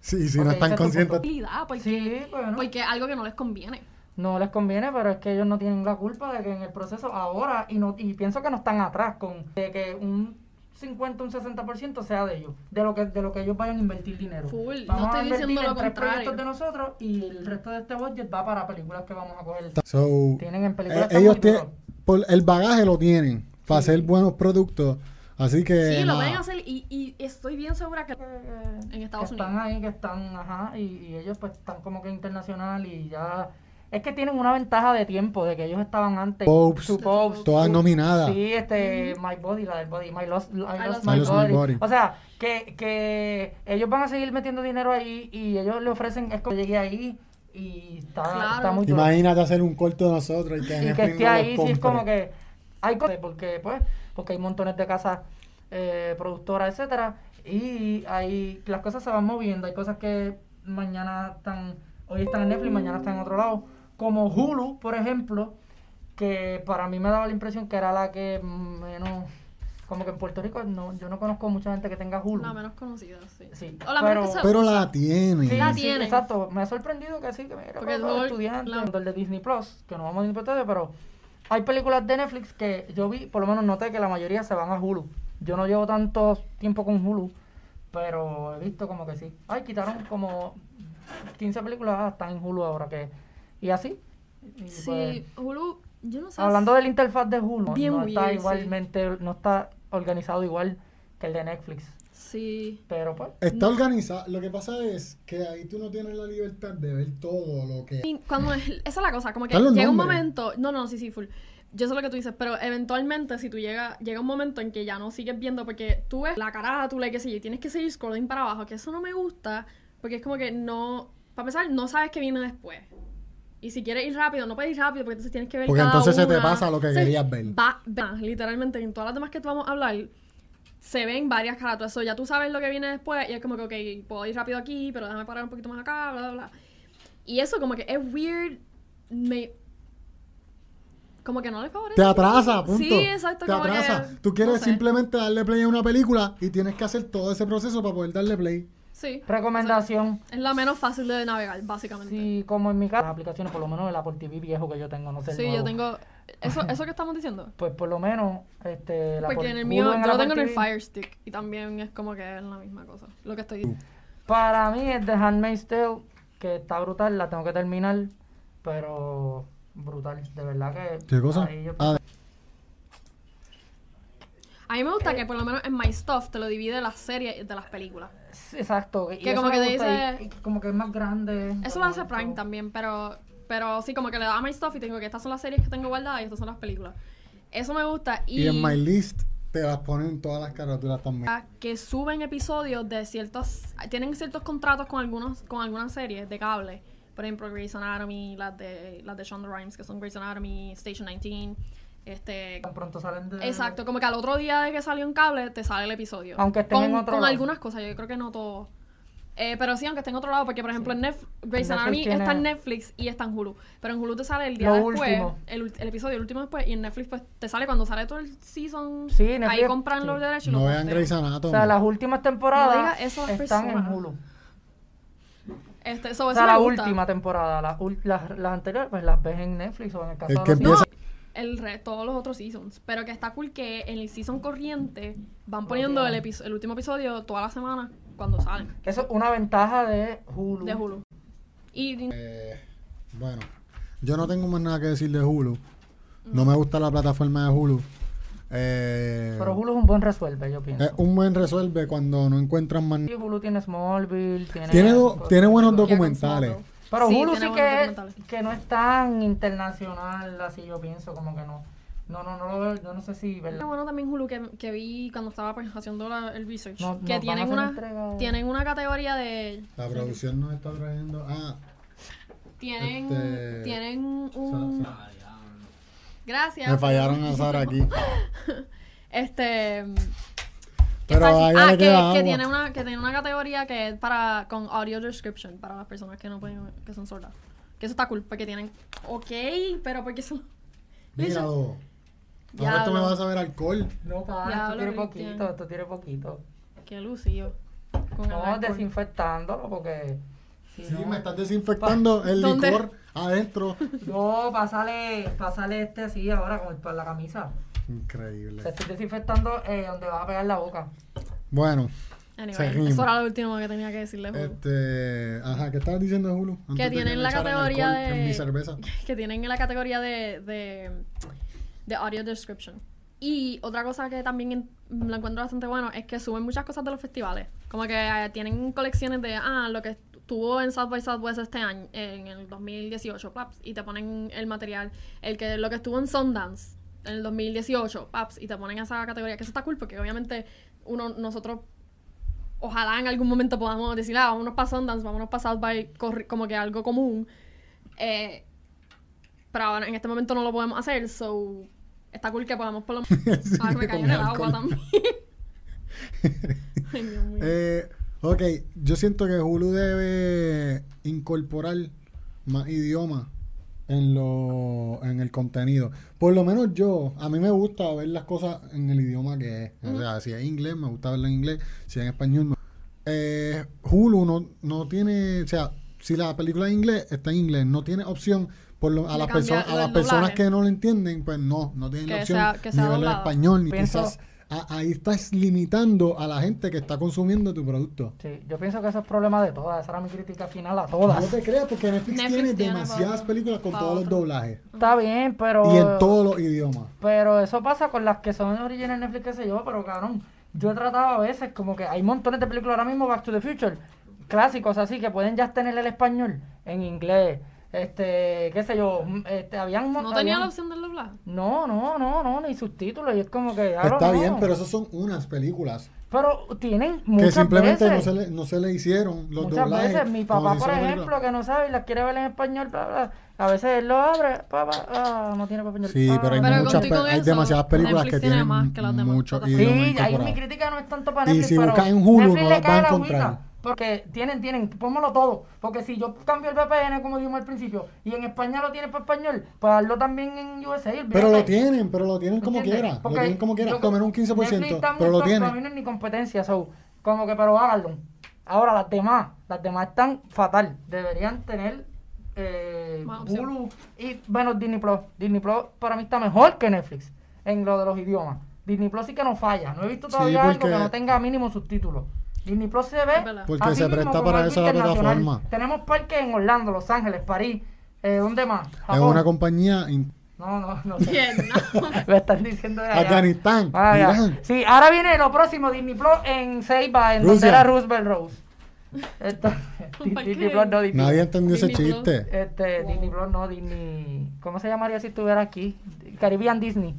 Speaker 1: Sí, si
Speaker 2: Ok,
Speaker 1: no
Speaker 2: ese es
Speaker 1: están
Speaker 2: tu
Speaker 1: conscientes.
Speaker 2: punto.
Speaker 3: habilidad, porque,
Speaker 2: sí, bueno.
Speaker 3: porque es algo que no les conviene.
Speaker 2: no les conviene, pero es que ellos no tienen la culpa de que en el proceso ahora, y no y pienso que no están atrás con de que un 50, un 60% sea de ellos, de lo que de lo que ellos vayan a invertir dinero.
Speaker 3: Full, no
Speaker 2: Vamos a
Speaker 3: estoy
Speaker 2: invertir
Speaker 3: diciendo
Speaker 2: en
Speaker 3: lo
Speaker 2: tres
Speaker 3: contrario.
Speaker 2: proyectos de nosotros y el resto de este budget va para películas que vamos a coger.
Speaker 1: So,
Speaker 2: Tienen en películas
Speaker 1: eh,
Speaker 2: tan
Speaker 1: ellos
Speaker 2: bonitos.
Speaker 1: tienen, por, el bagaje lo tienen para hacer buenos productos. Así que.
Speaker 3: Sí, lo
Speaker 1: nada.
Speaker 3: pueden hacer y, y estoy bien segura que en Estados
Speaker 2: Eh, que están
Speaker 3: Unidos.
Speaker 2: ahí, que están, ajá, y, y ellos pues están como que internacional y ya... Es que tienen una ventaja de tiempo, de que ellos estaban antes.
Speaker 1: Popes,
Speaker 2: Two Popes,
Speaker 1: Todas
Speaker 2: Two-
Speaker 1: nominadas.
Speaker 2: Sí, este, My Body, la del Body, My Lost, I Lost, my,
Speaker 1: Lost My
Speaker 2: body.
Speaker 1: Body.
Speaker 2: O sea, que, que ellos van a seguir metiendo dinero ahí y ellos le ofrecen, es como llegué ahí y está,
Speaker 3: Claro.
Speaker 2: está muy duro.
Speaker 1: Imagínate hacer un corto de nosotros y que,
Speaker 2: Y que
Speaker 1: Netflix
Speaker 2: esté
Speaker 1: no los
Speaker 2: ahí, sí, es
Speaker 1: compre.
Speaker 2: como que hay cosas, porque pues, porque hay montones de casas eh, productoras, etcétera, y ahí las cosas se van moviendo, hay cosas que mañana están, hoy están en Netflix, mañana están en otro lado, como Hulu, por ejemplo, que para mí me daba la impresión que era la que menos, como que en Puerto Rico no, yo no conozco mucha gente que tenga Hulu.
Speaker 3: La menos conocida, sí.
Speaker 2: Sí,
Speaker 3: O la
Speaker 2: pero-
Speaker 3: menos que se
Speaker 1: Pero
Speaker 3: usa.
Speaker 1: la tienen.
Speaker 2: Sí,
Speaker 3: la
Speaker 2: sí,
Speaker 3: tienen.
Speaker 2: exacto. Me ha sorprendido que sí, que mira,
Speaker 3: Porque
Speaker 2: papá,
Speaker 3: todo-
Speaker 2: estudiante,
Speaker 3: la-
Speaker 2: el de Disney Plus, que no vamos a disfrutar, pero hay películas de Netflix que yo vi, por lo menos noté que la mayoría se van a Hulu. Yo no llevo tanto tiempo con Hulu, pero he visto como que sí. Ay, quitaron como 15 películas, ah, están en Hulu ahora que... Y así. Y, pues,
Speaker 3: Sí, Hulu, yo no sé.
Speaker 2: hablando de la interfaz de Hulu,
Speaker 3: Bien
Speaker 2: no está
Speaker 3: weird, sí.
Speaker 2: igualmente, no está organizado igual que el de Netflix,
Speaker 3: Sí.
Speaker 2: pero pues...
Speaker 1: Está organizada. Lo que pasa es que ahí tú no tienes la libertad de ver todo lo que.
Speaker 3: Y cuando esa es la cosa, como que
Speaker 1: Este, Están los
Speaker 3: llega un
Speaker 1: nombres.
Speaker 3: momento, no, no, sí, sí, full. Yo sé lo que tú dices, pero eventualmente si tú llega llega un momento en que ya no sigues viendo porque tú ves la carátula y qué sé yo, y tienes que seguir scrolling para abajo, que eso no me gusta, porque es como que no, para empezar, no sabes qué viene después. Y si quieres ir rápido, no puedes ir rápido porque entonces tienes que ver
Speaker 1: Porque
Speaker 3: cada
Speaker 1: entonces se te
Speaker 3: una.
Speaker 1: pasa lo que querías ver.
Speaker 3: va- va- literalmente en todas las demás que tú vamos a hablar se ven varias carátulas, so, ya tú sabes lo que viene después y es como que, ok, puedo ir rápido aquí, pero déjame parar un poquito más acá, bla, bla, bla. Y eso como que es weird, me... Como que no les favorece.
Speaker 1: Te atrasa, punto.
Speaker 3: Sí, exacto.
Speaker 1: Te
Speaker 3: como que-
Speaker 1: atrasa.
Speaker 3: no
Speaker 1: Tú quieres
Speaker 3: sé.
Speaker 1: simplemente darle play a una película y tienes que hacer todo ese proceso para poder darle play.
Speaker 3: Sí.
Speaker 2: Recomendación.
Speaker 3: Es la menos fácil de navegar, básicamente. Sí,
Speaker 2: Sí, como en mi caso, las aplicaciones, por lo menos el Apple TV viejo que yo tengo, no sé. el
Speaker 3: yo
Speaker 2: nuevo.
Speaker 3: tengo... Eso, eso que estamos diciendo.
Speaker 2: Pues por lo menos, este. el
Speaker 3: Porque
Speaker 2: Apple-
Speaker 3: en el
Speaker 2: Hulu
Speaker 3: mío, Pues, yo lo
Speaker 2: Apple
Speaker 3: tengo en el
Speaker 2: TV,
Speaker 3: Fire Stick y también es como que es la misma cosa. Lo que estoy diciendo.
Speaker 2: Para mí es The Handmaid's Tale, que está brutal, la tengo que terminar, pero brutal, de verdad que.
Speaker 1: ¿Qué cosa?
Speaker 2: ahí yo-
Speaker 1: Ah,
Speaker 3: A mí me gusta que por lo menos en My Stuff te lo divide las series de las películas.
Speaker 2: Sí, Exacto. y
Speaker 3: Que
Speaker 2: eso
Speaker 3: como
Speaker 2: me
Speaker 3: que te
Speaker 2: gusta, y-
Speaker 3: dice-
Speaker 2: y como que es más grande.
Speaker 3: Eso
Speaker 2: como
Speaker 3: lo hace
Speaker 2: esto.
Speaker 3: Prime también, pero, pero sí, como que le da a My Stuff y tengo que estas son las series que tengo guardadas y estas son las películas. Eso me gusta. Y, Ah,
Speaker 1: y en My List te las ponen todas las carátulas también.
Speaker 3: que suben episodios de ciertos. Tienen ciertos contratos con algunos con algunas series de cable. Por ejemplo, Grey's Anatomy, las de, las de Shonda Rhimes, que son Grey's Anatomy, Station 19. Este,
Speaker 2: Tan pronto salen de.
Speaker 3: exacto, como que al otro día de que salió en cable, te sale el episodio.
Speaker 2: Aunque estén
Speaker 3: con,
Speaker 2: en otro
Speaker 3: con
Speaker 2: lado.
Speaker 3: algunas cosas, yo creo que no todo. Eh, pero sí, aunque esté en otro lado, porque por ejemplo en Netf- Grey's
Speaker 2: Netflix
Speaker 3: Anatomy
Speaker 2: tiene-
Speaker 3: está en Netflix y está en Hulu. Pero en Hulu te sale el día
Speaker 2: Lo
Speaker 3: después,
Speaker 2: último.
Speaker 3: El, ul- el episodio, el último después, y en Netflix pues te sale cuando sale todo el season.
Speaker 2: Sí,
Speaker 3: ahí
Speaker 2: Netflix-
Speaker 3: compran
Speaker 2: sí.
Speaker 3: los derechos. y
Speaker 1: No
Speaker 3: los
Speaker 1: vean
Speaker 3: postean.
Speaker 1: Grey's
Speaker 2: O
Speaker 1: Anatomy.
Speaker 2: sea, las últimas
Speaker 3: No
Speaker 2: temporadas
Speaker 3: diga eso a
Speaker 2: están en
Speaker 3: personas.
Speaker 2: Hulu.
Speaker 3: Este, so,
Speaker 2: O
Speaker 3: eso
Speaker 2: sea,
Speaker 3: me
Speaker 2: la
Speaker 3: gusta.
Speaker 2: última temporada, las ul- las, las anteriores, pues las ves en Netflix o en el caso
Speaker 1: El
Speaker 2: de
Speaker 1: que
Speaker 2: los-
Speaker 1: empieza-
Speaker 3: No, el re- todos los otros seasons. Pero que está cool que en el season corriente van poniendo el,
Speaker 2: tienen.
Speaker 3: episo- el último episodio todas las semanas cuando salen
Speaker 2: Que Eso es una ventaja de Hulu.
Speaker 3: de Hulu. Y
Speaker 1: Eh, bueno, yo no tengo más nada que decir de Hulu. No me gusta la plataforma de Hulu. Eh,
Speaker 2: Pero Hulu es un buen resuelve, yo pienso.
Speaker 1: es un buen resuelve cuando no encuentran más.
Speaker 2: Sí, Hulu tiene Smallville, tiene...
Speaker 1: Tiene, do-
Speaker 2: cosas
Speaker 1: tiene buenos
Speaker 2: así.
Speaker 3: documentales.
Speaker 1: documentales.
Speaker 2: Pero
Speaker 3: Sí,
Speaker 2: Hulu
Speaker 3: tiene
Speaker 2: sí
Speaker 3: buenos
Speaker 2: que, es-
Speaker 3: documentales.
Speaker 2: que no es tan internacional, así yo pienso, como que no. No, no, no lo veo, yo no sé si,
Speaker 3: Tiene
Speaker 2: ¿verdad?
Speaker 3: bueno también Hulu que, que vi cuando estaba pues, haciendo la- el research
Speaker 2: No- nos van
Speaker 3: que
Speaker 2: a
Speaker 3: tienen
Speaker 2: hacer
Speaker 3: una
Speaker 2: entrega.
Speaker 3: tienen una categoría de
Speaker 1: La producción nos está trayendo. Ah,
Speaker 3: tienen
Speaker 1: Este-
Speaker 3: tienen
Speaker 1: o
Speaker 3: un
Speaker 1: sea,
Speaker 3: gracias [laughs]
Speaker 1: me fallaron a Sara aquí.
Speaker 3: este Está
Speaker 4: Pero ahí
Speaker 3: así.
Speaker 4: le
Speaker 3: ah,
Speaker 4: queda
Speaker 3: que, que
Speaker 4: agua.
Speaker 3: tiene una, que tiene una categoría que es para, con audio description, para las personas que no pueden, que son sordas. Que eso está cool, porque tienen, ok, pero porque son...
Speaker 1: Míralo. Ahora
Speaker 3: Diablo.
Speaker 1: esto me va a saber alcohol.
Speaker 2: No, pa,
Speaker 3: Ya
Speaker 2: esto
Speaker 3: hablo,
Speaker 2: tiene
Speaker 3: Cristian.
Speaker 2: poquito, esto tiene poquito.
Speaker 3: Qué lucido. Con el
Speaker 2: Vamos
Speaker 3: alcohol.
Speaker 2: desinfectándolo porque. si
Speaker 1: Sí,
Speaker 2: no-
Speaker 1: me estás desinfectando el
Speaker 3: ¿Dónde?
Speaker 1: licor adentro.
Speaker 2: No, pásale, pásale este así ahora con, con la camisa. Te
Speaker 1: Increíble.
Speaker 2: estoy desinfectando eh, donde vas a pegar la boca.
Speaker 1: Bueno,
Speaker 3: Anyway,
Speaker 1: Seguimos.
Speaker 3: eso era lo último que tenía que decirle. Julu.
Speaker 1: este. Ajá, ¿qué estabas diciendo, Julu? Antes de
Speaker 3: tienen
Speaker 1: me
Speaker 3: la
Speaker 1: echaran
Speaker 3: categoría
Speaker 1: alcohol En
Speaker 3: de-
Speaker 1: mi cerveza.
Speaker 3: [laughs] que tienen en la categoría de, de, de audio description. Y otra cosa que también en- la encuentro bastante bueno es que suben muchas cosas de los festivales. Como que eh, tienen colecciones de, ah, lo que estuvo en South by Southwest este año, en el 2018, paps, y te ponen el material, el que lo que estuvo en Sundance en el 2018, paps, y te ponen esa categoría, que eso está cool porque obviamente uno nosotros ojalá en algún momento podamos decir, ah, vámonos para Sundance, vámonos para South by, corri- como que algo común. Eh, pero ahora en este momento no lo podemos hacer, so está cool que podamos por lo
Speaker 1: [laughs]
Speaker 3: menos.
Speaker 1: Sí,
Speaker 3: Ay,
Speaker 1: con
Speaker 3: me cayó en el
Speaker 1: alcohol. [laughs]
Speaker 3: agua también. Ay, Dios mío.
Speaker 1: Eh, ok, yo siento que Hulu debe incorporar más idiomas en, lo, en el contenido. Por lo menos yo, a mí me gusta ver las cosas en el idioma que es. O sea, si es inglés, me gusta verlo en inglés. Si es en español, me- Eh, Hulu no, no tiene, o sea, si la película es en inglés, está en inglés. No tiene opción. Por lo- a,
Speaker 3: De
Speaker 1: las
Speaker 3: cambiar
Speaker 1: perso- a
Speaker 3: el
Speaker 1: las personas
Speaker 3: doblaje.
Speaker 1: que no lo entienden, pues no, no tienen la
Speaker 3: Que
Speaker 1: opción
Speaker 3: sea- que sea
Speaker 1: ni verlo en
Speaker 3: doblado.
Speaker 1: español, ni
Speaker 2: Pienso-
Speaker 1: quizás a- ahí estás limitando a la gente que está consumiendo tu producto.
Speaker 2: Sí, yo pienso que eso es problema de todas. Esa era mi crítica final a
Speaker 1: No
Speaker 2: todas.
Speaker 1: te creas porque Netflix,
Speaker 3: Netflix
Speaker 1: tiene,
Speaker 3: tiene
Speaker 1: demasiadas
Speaker 3: pa-
Speaker 1: películas con
Speaker 3: pa
Speaker 1: todos los
Speaker 3: otro.
Speaker 1: doblajes
Speaker 2: Está bien, pero.
Speaker 1: y en todos los idiomas.
Speaker 2: Pero eso pasa con las que son originales Netflix, qué sé yo, pero cabrón. Yo he tratado a veces, como que hay montones de películas ahora mismo, Back to the Future, clásicos así, que pueden ya tener el español en inglés. Este, qué sé yo, mm, este, habían mon-
Speaker 3: no tenía
Speaker 2: habían-
Speaker 3: la opción del doblaje.
Speaker 2: No, no, no, no, ni subtítulos, y es como que. cabrón,
Speaker 1: Está
Speaker 2: no.
Speaker 1: bien, pero esas son unas películas
Speaker 2: Pero tienen
Speaker 1: que
Speaker 2: muchas
Speaker 1: simplemente
Speaker 2: veces.
Speaker 1: no se, le, no se le hicieron los
Speaker 2: Muchas
Speaker 1: doblajes.
Speaker 2: veces mi
Speaker 1: cuando
Speaker 2: papá,
Speaker 1: se
Speaker 2: por
Speaker 1: hizo la
Speaker 2: ejemplo,
Speaker 1: película.
Speaker 2: que no sabe y las quiere ver en español, bla, bla, a veces él lo abre, papá, ah, no tiene para español.
Speaker 1: Sí,
Speaker 2: ah.
Speaker 1: pero hay,
Speaker 3: Pero
Speaker 1: muchas,
Speaker 3: contigo
Speaker 1: pe- hay
Speaker 3: eso,
Speaker 1: demasiadas películas
Speaker 3: Netflix
Speaker 1: que
Speaker 3: tiene
Speaker 1: tienen
Speaker 3: más que las demás
Speaker 1: muchos
Speaker 3: plataformas.
Speaker 1: idiomas
Speaker 2: Sí, ahí mi
Speaker 1: incorporados.
Speaker 2: crítica no es tanto para
Speaker 1: Y
Speaker 2: Netflix,
Speaker 1: si
Speaker 2: pero
Speaker 1: buscas en Hulu,
Speaker 2: Netflix
Speaker 1: no
Speaker 2: le
Speaker 1: las
Speaker 2: cae
Speaker 1: vas a
Speaker 2: la
Speaker 1: encontrar.
Speaker 2: agüita, Porque tienen, tienen, pónmelo todo. Porque si yo cambio el VPN, como dijimos al principio, y en España lo tienen para español, pues hazlo también en USA.
Speaker 1: Pero lo
Speaker 2: olvídate.
Speaker 1: tienen, pero lo tienen como
Speaker 2: ¿Entiendes?
Speaker 1: quiera. Lo
Speaker 2: Porque
Speaker 1: tienen como quiera.
Speaker 2: yo-
Speaker 1: Tomen un 15%,
Speaker 2: Netflix está
Speaker 1: pero
Speaker 2: muy
Speaker 1: lo
Speaker 2: top, Para mí
Speaker 1: tienen.
Speaker 2: no es ni competencia, so, como que, pero háganlo. Ahora, las demás, las demás están fatal. Deberían tener eh,
Speaker 3: Más opción.
Speaker 2: Hulu y, bueno, Disney Plus. Disney Plus para mí está mejor que Netflix en lo de los idiomas. Disney Plus sí que no falla. No he visto
Speaker 1: Sí,
Speaker 2: todavía algo
Speaker 1: porque-
Speaker 2: que no tenga mínimo subtítulos. Disney Plus se
Speaker 3: Es
Speaker 2: ve
Speaker 3: verdad.
Speaker 1: Porque
Speaker 2: así
Speaker 1: se
Speaker 2: mismo
Speaker 1: presta
Speaker 2: como
Speaker 1: para
Speaker 2: algo
Speaker 1: eso la
Speaker 2: internacional.
Speaker 1: plataforma.
Speaker 2: Tenemos parques en Orlando, Los Ángeles, París. Eh, ¿Dónde más?
Speaker 1: Es
Speaker 2: Japón.
Speaker 1: una compañía in-
Speaker 2: No, no, no. sé.
Speaker 3: [laughs] Bien, no.
Speaker 2: Me están diciendo de allá.
Speaker 1: [laughs] Afganistán,
Speaker 2: Vaya.
Speaker 1: Irán.
Speaker 2: Sí, ahora viene lo próximo, Disney Plus en Ceiba, en donde
Speaker 1: Rusia.
Speaker 2: era Roosevelt Rose.
Speaker 3: [laughs]
Speaker 2: Entonces, Di-
Speaker 3: ¿Para
Speaker 2: Disney
Speaker 3: qué?
Speaker 2: Plus no Disney.
Speaker 1: Nadie entendió ese
Speaker 3: Disney Plus.
Speaker 1: chiste.
Speaker 2: Este, Disney Plus no Disney. ¿Cómo se llamaría si estuviera aquí? Caribbean Disney.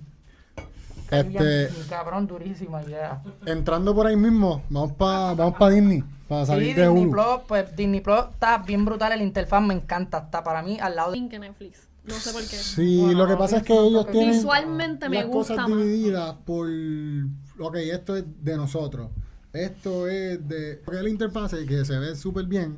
Speaker 2: Caribbean
Speaker 1: Este,
Speaker 2: Disney, cabrón, durísima idea.
Speaker 1: entrando por ahí mismo, vamos para vamos pa Disney, para
Speaker 2: Sí,
Speaker 1: salir de
Speaker 2: Disney
Speaker 1: Hulu.
Speaker 2: Plus, pues Disney Plus está bien brutal, el interfaz me encanta, está para mí al lado de...
Speaker 3: Link en Netflix. No sé por qué.
Speaker 1: Sí,
Speaker 2: Bueno,
Speaker 1: lo que
Speaker 2: no
Speaker 1: pasa es que
Speaker 2: pienso
Speaker 1: ellos
Speaker 2: que-
Speaker 1: tienen
Speaker 3: Visualmente me
Speaker 1: las
Speaker 3: gusta
Speaker 1: cosas
Speaker 3: más.
Speaker 1: divididas por, ok, esto es de nosotros, esto es de, porque el interfase que se ve súper bien,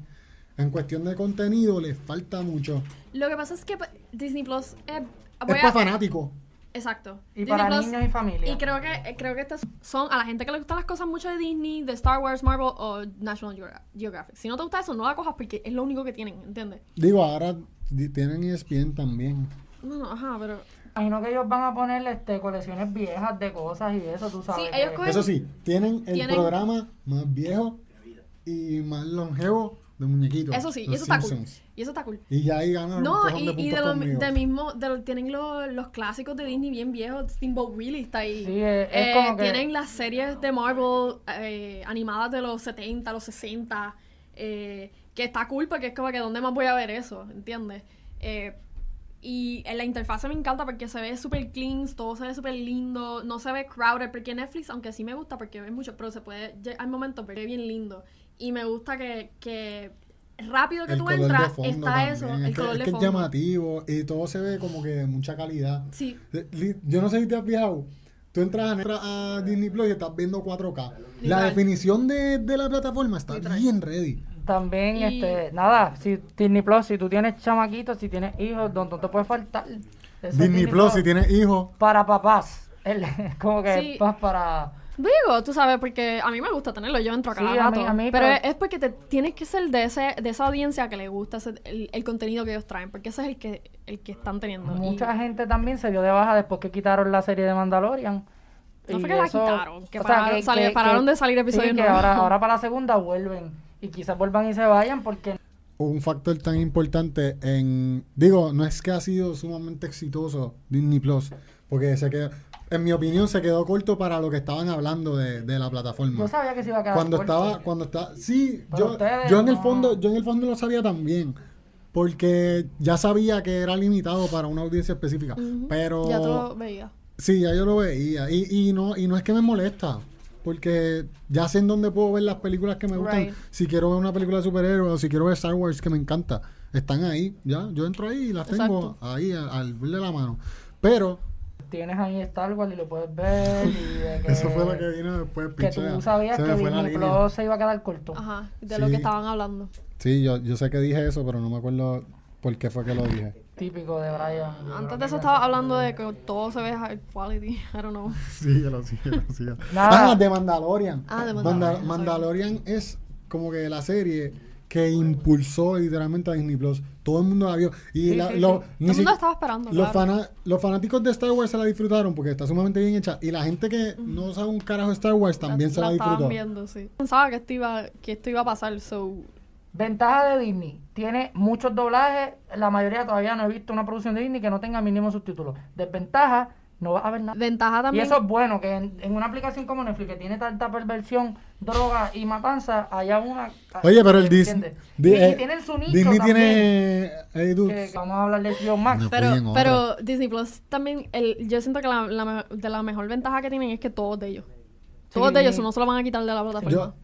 Speaker 1: en cuestión de contenido les falta mucho.
Speaker 3: Lo que pasa es que pa- Disney Plus es. Ah, voy
Speaker 1: Es para
Speaker 3: a-
Speaker 1: fanáticos.
Speaker 3: Exacto.
Speaker 2: Y para
Speaker 3: Plus-
Speaker 2: niños y familia.
Speaker 3: Y creo que, eh, creo que estas son a la gente que le gustan las cosas mucho de Disney, de Star Wars, Marvel o National Geogra- Geographic. Si no te gusta eso, no la cojas porque es lo único que tienen, ¿entiendes?
Speaker 1: Digo, ahora di- tienen E ESPN también.
Speaker 3: No, no, ajá, pero.
Speaker 2: Imagino que ellos van a poner este, colecciones viejas de cosas y eso, tú sabes.
Speaker 3: ellos
Speaker 2: que-
Speaker 3: cogen-
Speaker 1: Eso sí, tienen el
Speaker 3: Pues, Tienen-
Speaker 1: programa más viejo y más longevo de muñequitos.
Speaker 3: Eso sí, y
Speaker 1: los
Speaker 3: eso está cool.
Speaker 1: Simpsons.
Speaker 3: Y eso está cool.
Speaker 1: Y ya ahí ganaron un
Speaker 3: No,
Speaker 1: cojón
Speaker 3: y,
Speaker 1: de
Speaker 3: y
Speaker 1: puntos
Speaker 3: de, lo,
Speaker 1: conmigo.
Speaker 3: de mismo, de lo- tienen lo- los clásicos de Disney bien viejos, Steamboat Willie está ahí.
Speaker 2: Sí, es- es
Speaker 3: Eh,
Speaker 2: como que-
Speaker 3: Tienen las series de Marvel eh, animadas de los 70, los 60, eh, que está cool porque es como que ¿dónde más voy a ver eso? ¿Entiendes? Eh, y en la interfase me encanta porque se ve súper clean, todo se ve súper lindo, no se ve crowded, porque Netflix, aunque sí me gusta porque ve mucho, pero se puede, lle- hay momentos, pero es bien lindo. Y me gusta que, que rápido que
Speaker 1: El
Speaker 3: tú
Speaker 1: color de
Speaker 3: entras,
Speaker 1: fondo
Speaker 3: está
Speaker 1: también,
Speaker 3: eso,
Speaker 1: es
Speaker 3: el
Speaker 1: que-
Speaker 3: color
Speaker 1: es
Speaker 3: de
Speaker 1: que es
Speaker 3: fondo.
Speaker 1: llamativo y todo se ve como que de mucha calidad.
Speaker 3: Sí,
Speaker 1: Eh, li- Yo no sé si te has fijado, Tú entras a, entras a Disney Plus y estás viendo 4K. La
Speaker 3: Literal.
Speaker 1: definición de, de la plataforma está
Speaker 3: Literal.
Speaker 1: bien ready.
Speaker 2: También,
Speaker 3: Y-
Speaker 2: este, nada, si Disney Plus, si tú tienes chamaquitos, si tienes hijos, no, no te puede faltar. Eso es
Speaker 1: Disney Plus, si tienes hijos.
Speaker 2: Para papás. El- [laughs] Es como que
Speaker 3: Sí.
Speaker 2: es más para...
Speaker 3: Digo, tú sabes, porque a mí me gusta tenerlo, yo entro a
Speaker 2: Sí,
Speaker 3: cada
Speaker 2: a mí-
Speaker 3: rato.
Speaker 2: a mí,
Speaker 3: pero,
Speaker 2: pero-
Speaker 3: es porque te, tienes que ser de ese de esa audiencia que le gusta ese- el, el contenido que ellos traen, porque ese es el que el que están teniendo. Y
Speaker 2: Mucha gente también se dio de baja después que quitaron la serie de Mandalorian.
Speaker 3: No
Speaker 2: Y
Speaker 3: fue que la quitaron, que pararon- sali-
Speaker 2: que-
Speaker 3: pararon de salir episodios
Speaker 2: sí, que
Speaker 3: nuevos.
Speaker 2: ahora, ahora para la segunda vuelven. Y quizás vuelvan y se vayan porque
Speaker 1: un factor tan importante en. Digo, no es que ha sido sumamente exitoso Disney Plus, porque se quedó. En mi opinión, se quedó corto para lo que estaban hablando de, de la plataforma.
Speaker 2: yo sabía que se iba a quedar
Speaker 1: Mm. cuando
Speaker 2: corto.
Speaker 1: estaba, cuando estaba. Sí,
Speaker 2: Pero
Speaker 1: yo,
Speaker 2: ustedes
Speaker 1: yo en el
Speaker 2: no.
Speaker 1: fondo, yo en el fondo lo sabía también. Porque ya sabía que era limitado para una audiencia específica.
Speaker 3: Ujú.
Speaker 1: Pero.
Speaker 3: Ya tú lo veías.
Speaker 1: Sí, ya yo lo veía. Y, y no, y no es que me molesta. Porque ya sé en dónde puedo ver las películas que me gustan.
Speaker 3: Right.
Speaker 1: Si quiero ver una película de superhéroes o si quiero ver Star Wars que me encanta, están ahí. Ya, yo entro ahí y las tengo
Speaker 3: Exacto.
Speaker 1: ahí al, al ver de la mano. Pero
Speaker 2: Tienes ahí Star Wars y lo puedes ver. Y de
Speaker 1: [laughs]
Speaker 2: que,
Speaker 1: eso fue lo que vino después.
Speaker 2: que
Speaker 1: pichea.
Speaker 2: tú sabías
Speaker 1: Se
Speaker 2: que
Speaker 1: me fue la
Speaker 2: Disney
Speaker 1: línea.
Speaker 2: Plus se iba a quedar corto.
Speaker 3: Ajá, de lo
Speaker 1: Sí.
Speaker 3: que estaban hablando.
Speaker 1: Sí, yo, yo sé que dije eso, pero no me acuerdo por qué fue que lo dije.
Speaker 2: Típico de Brian.
Speaker 3: Antes de eso estaba hablando de que todo se ve high quality. [laughs] I don't know.
Speaker 1: Sí, yo lo sé, yo lo sé.
Speaker 2: Nada.
Speaker 1: Ah, de Mandalorian.
Speaker 3: Ah, de
Speaker 1: Manda-
Speaker 3: Mandalorian,
Speaker 1: Mandalorian es como que la serie que impulsó literalmente a Disney Plus. Todo el mundo la vio. Y
Speaker 2: Sí,
Speaker 1: la-
Speaker 2: sí,
Speaker 1: lo-
Speaker 2: sí.
Speaker 1: ni
Speaker 3: Todo el
Speaker 1: si-
Speaker 3: mundo estaba esperando.
Speaker 1: los,
Speaker 3: claro.
Speaker 1: fana- los fanáticos de Star Wars se la disfrutaron porque está sumamente bien hecha. Y la gente que no sabe un carajo de Star Wars también
Speaker 3: la,
Speaker 1: se la,
Speaker 3: la
Speaker 1: disfrutó.
Speaker 3: estaban viendo, sí. Pensaba que esto iba, que esto iba a pasar, so.
Speaker 2: Ventaja de Disney. Tiene muchos doblajes. La mayoría todavía no he visto una producción de Disney que no tenga mínimo subtítulos. Desventaja, no vas a ver nada.
Speaker 3: Ventaja
Speaker 2: Y
Speaker 3: también.
Speaker 2: eso es bueno, que en, en una aplicación como Netflix, que tiene tanta perversión, droga y matanza, haya una...
Speaker 1: Oye, pero el
Speaker 2: ¿entiendes?
Speaker 1: Disney.
Speaker 2: Y, y
Speaker 1: eh,
Speaker 2: tienen su nicho
Speaker 1: Disney
Speaker 2: también,
Speaker 1: tiene. eh,
Speaker 2: que-
Speaker 1: dudes.
Speaker 2: que vamos a hablar de John Max.
Speaker 1: No.
Speaker 3: Pero,
Speaker 1: Oyen otra.
Speaker 3: pero Disney Plus también, el, yo siento que la, la me- de la mejor ventaja que tienen es que todos de ellos. Todos
Speaker 2: Sí.
Speaker 3: de ellos no se lo van a quitar de la
Speaker 1: Yo-
Speaker 3: plataforma.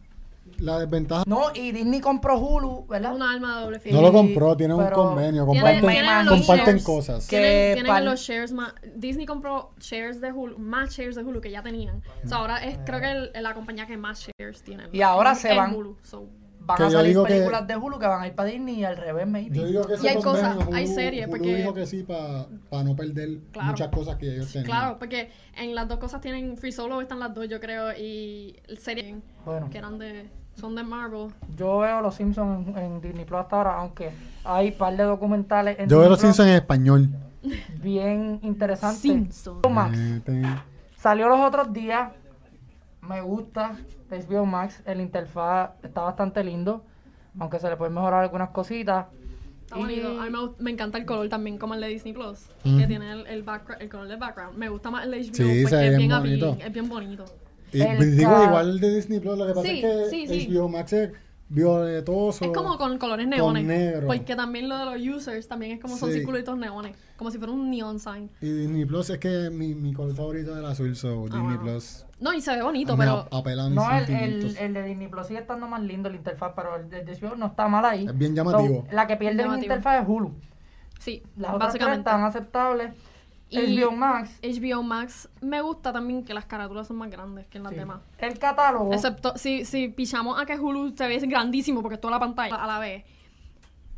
Speaker 1: la desventaja.
Speaker 2: No, y Disney compró Hulu, ¿verdad?
Speaker 3: Una alma de doble filo.
Speaker 1: No lo compró, tiene un
Speaker 2: pero-
Speaker 1: convenio.
Speaker 3: Tienen-
Speaker 1: Comparten,
Speaker 3: tienen los
Speaker 1: comparten
Speaker 3: shares.
Speaker 1: cosas.
Speaker 2: que
Speaker 3: tienen tienen
Speaker 2: pal-
Speaker 3: los shares más. Disney compró shares de Hulu, más shares de Hulu que ya tenían. O sea, ahora es creo que el- la compañía que más shares tiene.
Speaker 2: Y ahora
Speaker 3: en-
Speaker 2: se
Speaker 3: en
Speaker 2: van.
Speaker 3: Hulu, so.
Speaker 2: Van
Speaker 1: Que
Speaker 2: a
Speaker 1: yo
Speaker 2: salir
Speaker 1: digo que-
Speaker 2: películas de Hulu que van a ir para Disney y al revés, maybe.
Speaker 1: Yo digo que ese
Speaker 3: hay cosas,
Speaker 1: convenio,
Speaker 3: hay
Speaker 1: Hulu-
Speaker 3: series,
Speaker 1: Hulu
Speaker 3: porque-
Speaker 1: dijo que sí para no perder
Speaker 3: Claro.
Speaker 1: muchas cosas que ellos tenían.
Speaker 3: Claro, porque en las dos cosas tienen Free Solo, están las dos, yo creo, y el serie
Speaker 2: Bueno.
Speaker 3: que eran de. Son de Marvel.
Speaker 2: Yo veo Los Simpsons en, en Disney Plus hasta ahora, aunque hay un par de documentales en
Speaker 1: Yo veo
Speaker 2: Disney
Speaker 1: los
Speaker 2: Plus
Speaker 1: Simpsons en español.
Speaker 2: bien interesantes.
Speaker 3: Simpsons.
Speaker 2: Max.
Speaker 1: Eh, ten-
Speaker 2: Salió los otros días. Me gusta HBO Max. El interfaz está bastante lindo, aunque se le pueden mejorar algunas cositas.
Speaker 3: Está bonito. A mí me, gust- me encanta el color también, como el de Disney Plus, que tiene el, el, backgra- el color del background. Me gusta más el de
Speaker 1: Sí,
Speaker 3: HBO
Speaker 1: se ve
Speaker 3: porque
Speaker 1: bien
Speaker 3: es bien
Speaker 1: bonito.
Speaker 3: appealing, es bien bonito.
Speaker 1: y pues,
Speaker 2: El
Speaker 1: digo,
Speaker 2: ca-
Speaker 1: igual el de Disney Plus, lo que pasa
Speaker 3: Sí,
Speaker 1: es que
Speaker 3: sí, sí.
Speaker 1: HBO Max es violetoso.
Speaker 3: Es como con colores
Speaker 1: con
Speaker 3: neones.
Speaker 1: negro.
Speaker 3: Porque también lo de los users también es como son
Speaker 1: Sí.
Speaker 3: circulitos neones, como si fuera un neon sign.
Speaker 1: Y Disney Plus es que mi, mi color favorito es el azul, so
Speaker 3: Ah,
Speaker 1: Disney
Speaker 3: bueno.
Speaker 1: Plus
Speaker 3: No, y se ve bonito,
Speaker 1: me
Speaker 3: pero
Speaker 1: ap- apela a mis
Speaker 2: No, el, el,
Speaker 1: sentimientos.
Speaker 2: el de Disney Plus sigue estando más lindo el interfaz, pero el de HBO no está mal ahí.
Speaker 1: Es bien llamativo.
Speaker 2: la que pierde el
Speaker 3: Llamativo.
Speaker 2: interfaz es Hulu.
Speaker 3: sí,
Speaker 2: Las otras tres
Speaker 3: básicamente.
Speaker 2: están aceptables.
Speaker 3: Y-
Speaker 2: HBO Max.
Speaker 3: HBO Max me gusta también que las carátulas son más grandes que en las
Speaker 2: sí.
Speaker 3: demás.
Speaker 2: El catálogo.
Speaker 3: Excepto si, si pichamos a que Hulu se ve grandísimo porque es toda la pantalla a la vez.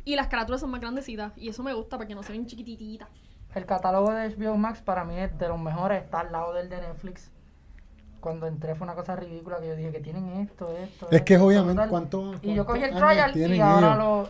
Speaker 3: Y las carátulas son más grandecitas. Y eso me gusta porque no se ven chiquititas.
Speaker 2: El catálogo de HBO Max para mí es de los mejores, está al lado del de Netflix. Cuando entré fue una cosa ridícula que yo dije que tienen esto, esto.
Speaker 1: Es que
Speaker 2: esto,
Speaker 1: obviamente,
Speaker 2: tal.
Speaker 1: ¿cuánto-
Speaker 2: Y yo cogí el
Speaker 1: cuántos años
Speaker 2: trial y
Speaker 1: tienen
Speaker 2: ahora
Speaker 1: ellos
Speaker 2: lo. lo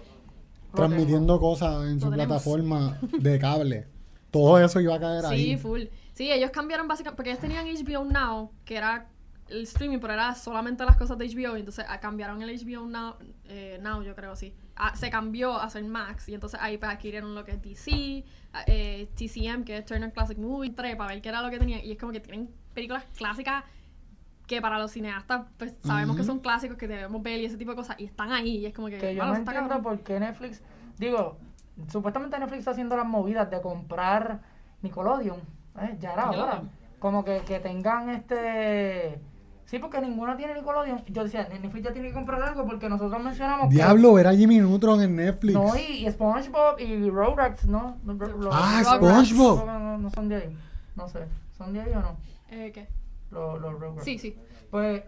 Speaker 1: Transmitiendo cosas en su
Speaker 3: tenemos.
Speaker 1: plataforma de cable. Todo eso iba a caer
Speaker 3: Sí,
Speaker 1: ahí.
Speaker 3: full. Sí, ellos cambiaron básicamente. Porque ellos tenían HBO Now, que era el streaming, pero era solamente las cosas de HBO. Y entonces ah, cambiaron el HBO Now, eh, Now yo creo, sí. Ah, se cambió a ser Max. Y entonces ahí pues adquirieron lo que es DC, ah, eh, TCM, que es Turner Classic Movie, 3, para ver qué era lo que tenían. Y es como que tienen películas clásicas que para los cineastas pues sabemos que
Speaker 1: Ujú.
Speaker 3: son clásicos que debemos ver y ese tipo de cosas y están ahí y es como que,
Speaker 2: Que yo
Speaker 3: "Mano,
Speaker 2: no
Speaker 3: eso está
Speaker 2: entiendo
Speaker 3: cabrón".
Speaker 2: por qué Netflix. Digo, supuestamente Netflix está haciendo las movidas de comprar Nickelodeon. eh, ya era hora.
Speaker 3: Nickelodeon.
Speaker 2: Como que, que tengan este. Sí, porque ninguno tiene Nickelodeon. Yo decía, Netflix ya tiene que comprar algo porque nosotros mencionamos. que-
Speaker 1: Diablo, ver a Jimmy Neutron en Netflix.
Speaker 2: No, y, y SpongeBob y Rugrats, ¿no? Ro- Ro-
Speaker 1: ah,
Speaker 3: Rugrats.
Speaker 1: SpongeBob.
Speaker 2: No, no, no son de ahí. No sé. ¿Son de ahí o no?
Speaker 3: Eh, ¿Qué?
Speaker 2: Los, los Rugrats.
Speaker 3: Sí, sí.
Speaker 2: Pues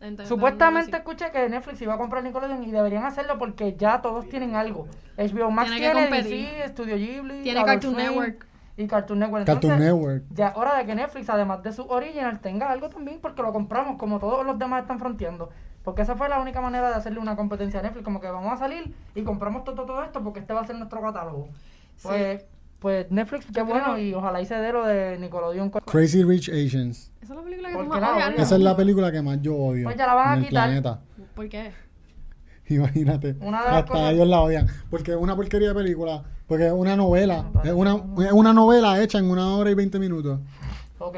Speaker 3: Ent-
Speaker 2: Supuestamente
Speaker 3: entendiendo,
Speaker 2: escuché que Netflix iba a comprar Nickelodeon y deberían hacerlo porque ya todos tienen algo. HBO Max
Speaker 3: Tiene que
Speaker 2: tiene,
Speaker 3: competir.
Speaker 2: DC, Studio Ghibli,
Speaker 3: Tiene
Speaker 2: Adult
Speaker 3: Cartoon
Speaker 2: Swim
Speaker 3: Network.
Speaker 2: y Cartoon Network.
Speaker 1: Cartoon
Speaker 2: Entonces,
Speaker 1: Network.
Speaker 2: Ya es hora de que Netflix, además de su original, tenga algo también porque lo compramos como todos los demás están fronteando. Porque esa fue la única manera de hacerle una competencia a Netflix, como que vamos a salir y compramos todo, todo esto porque este va a ser nuestro catálogo.
Speaker 3: Sí.
Speaker 2: Pues, pues Netflix, qué
Speaker 3: Yo
Speaker 2: bueno
Speaker 3: creo-
Speaker 2: y ojalá hice de lo de Nickelodeon. con-
Speaker 1: Crazy Rich Asians.
Speaker 3: sí. Esa es la película que
Speaker 2: ¿Por
Speaker 3: tú
Speaker 2: qué
Speaker 3: más
Speaker 2: la
Speaker 3: odias.
Speaker 2: odias?
Speaker 3: ¿no?
Speaker 1: Esa es la película que más yo odio.
Speaker 2: Pues ya la van a
Speaker 1: en el
Speaker 2: quitar.
Speaker 1: planeta. [laughs]
Speaker 3: ¿Por qué?
Speaker 1: Imagínate.
Speaker 2: Una de las
Speaker 1: hasta
Speaker 2: cosas-
Speaker 1: ellos la odian. Porque es una porquería de película. Porque es una novela.
Speaker 2: Vale,
Speaker 1: Es una, es una novela hecha en una hora y 20 minutos.
Speaker 2: Ok.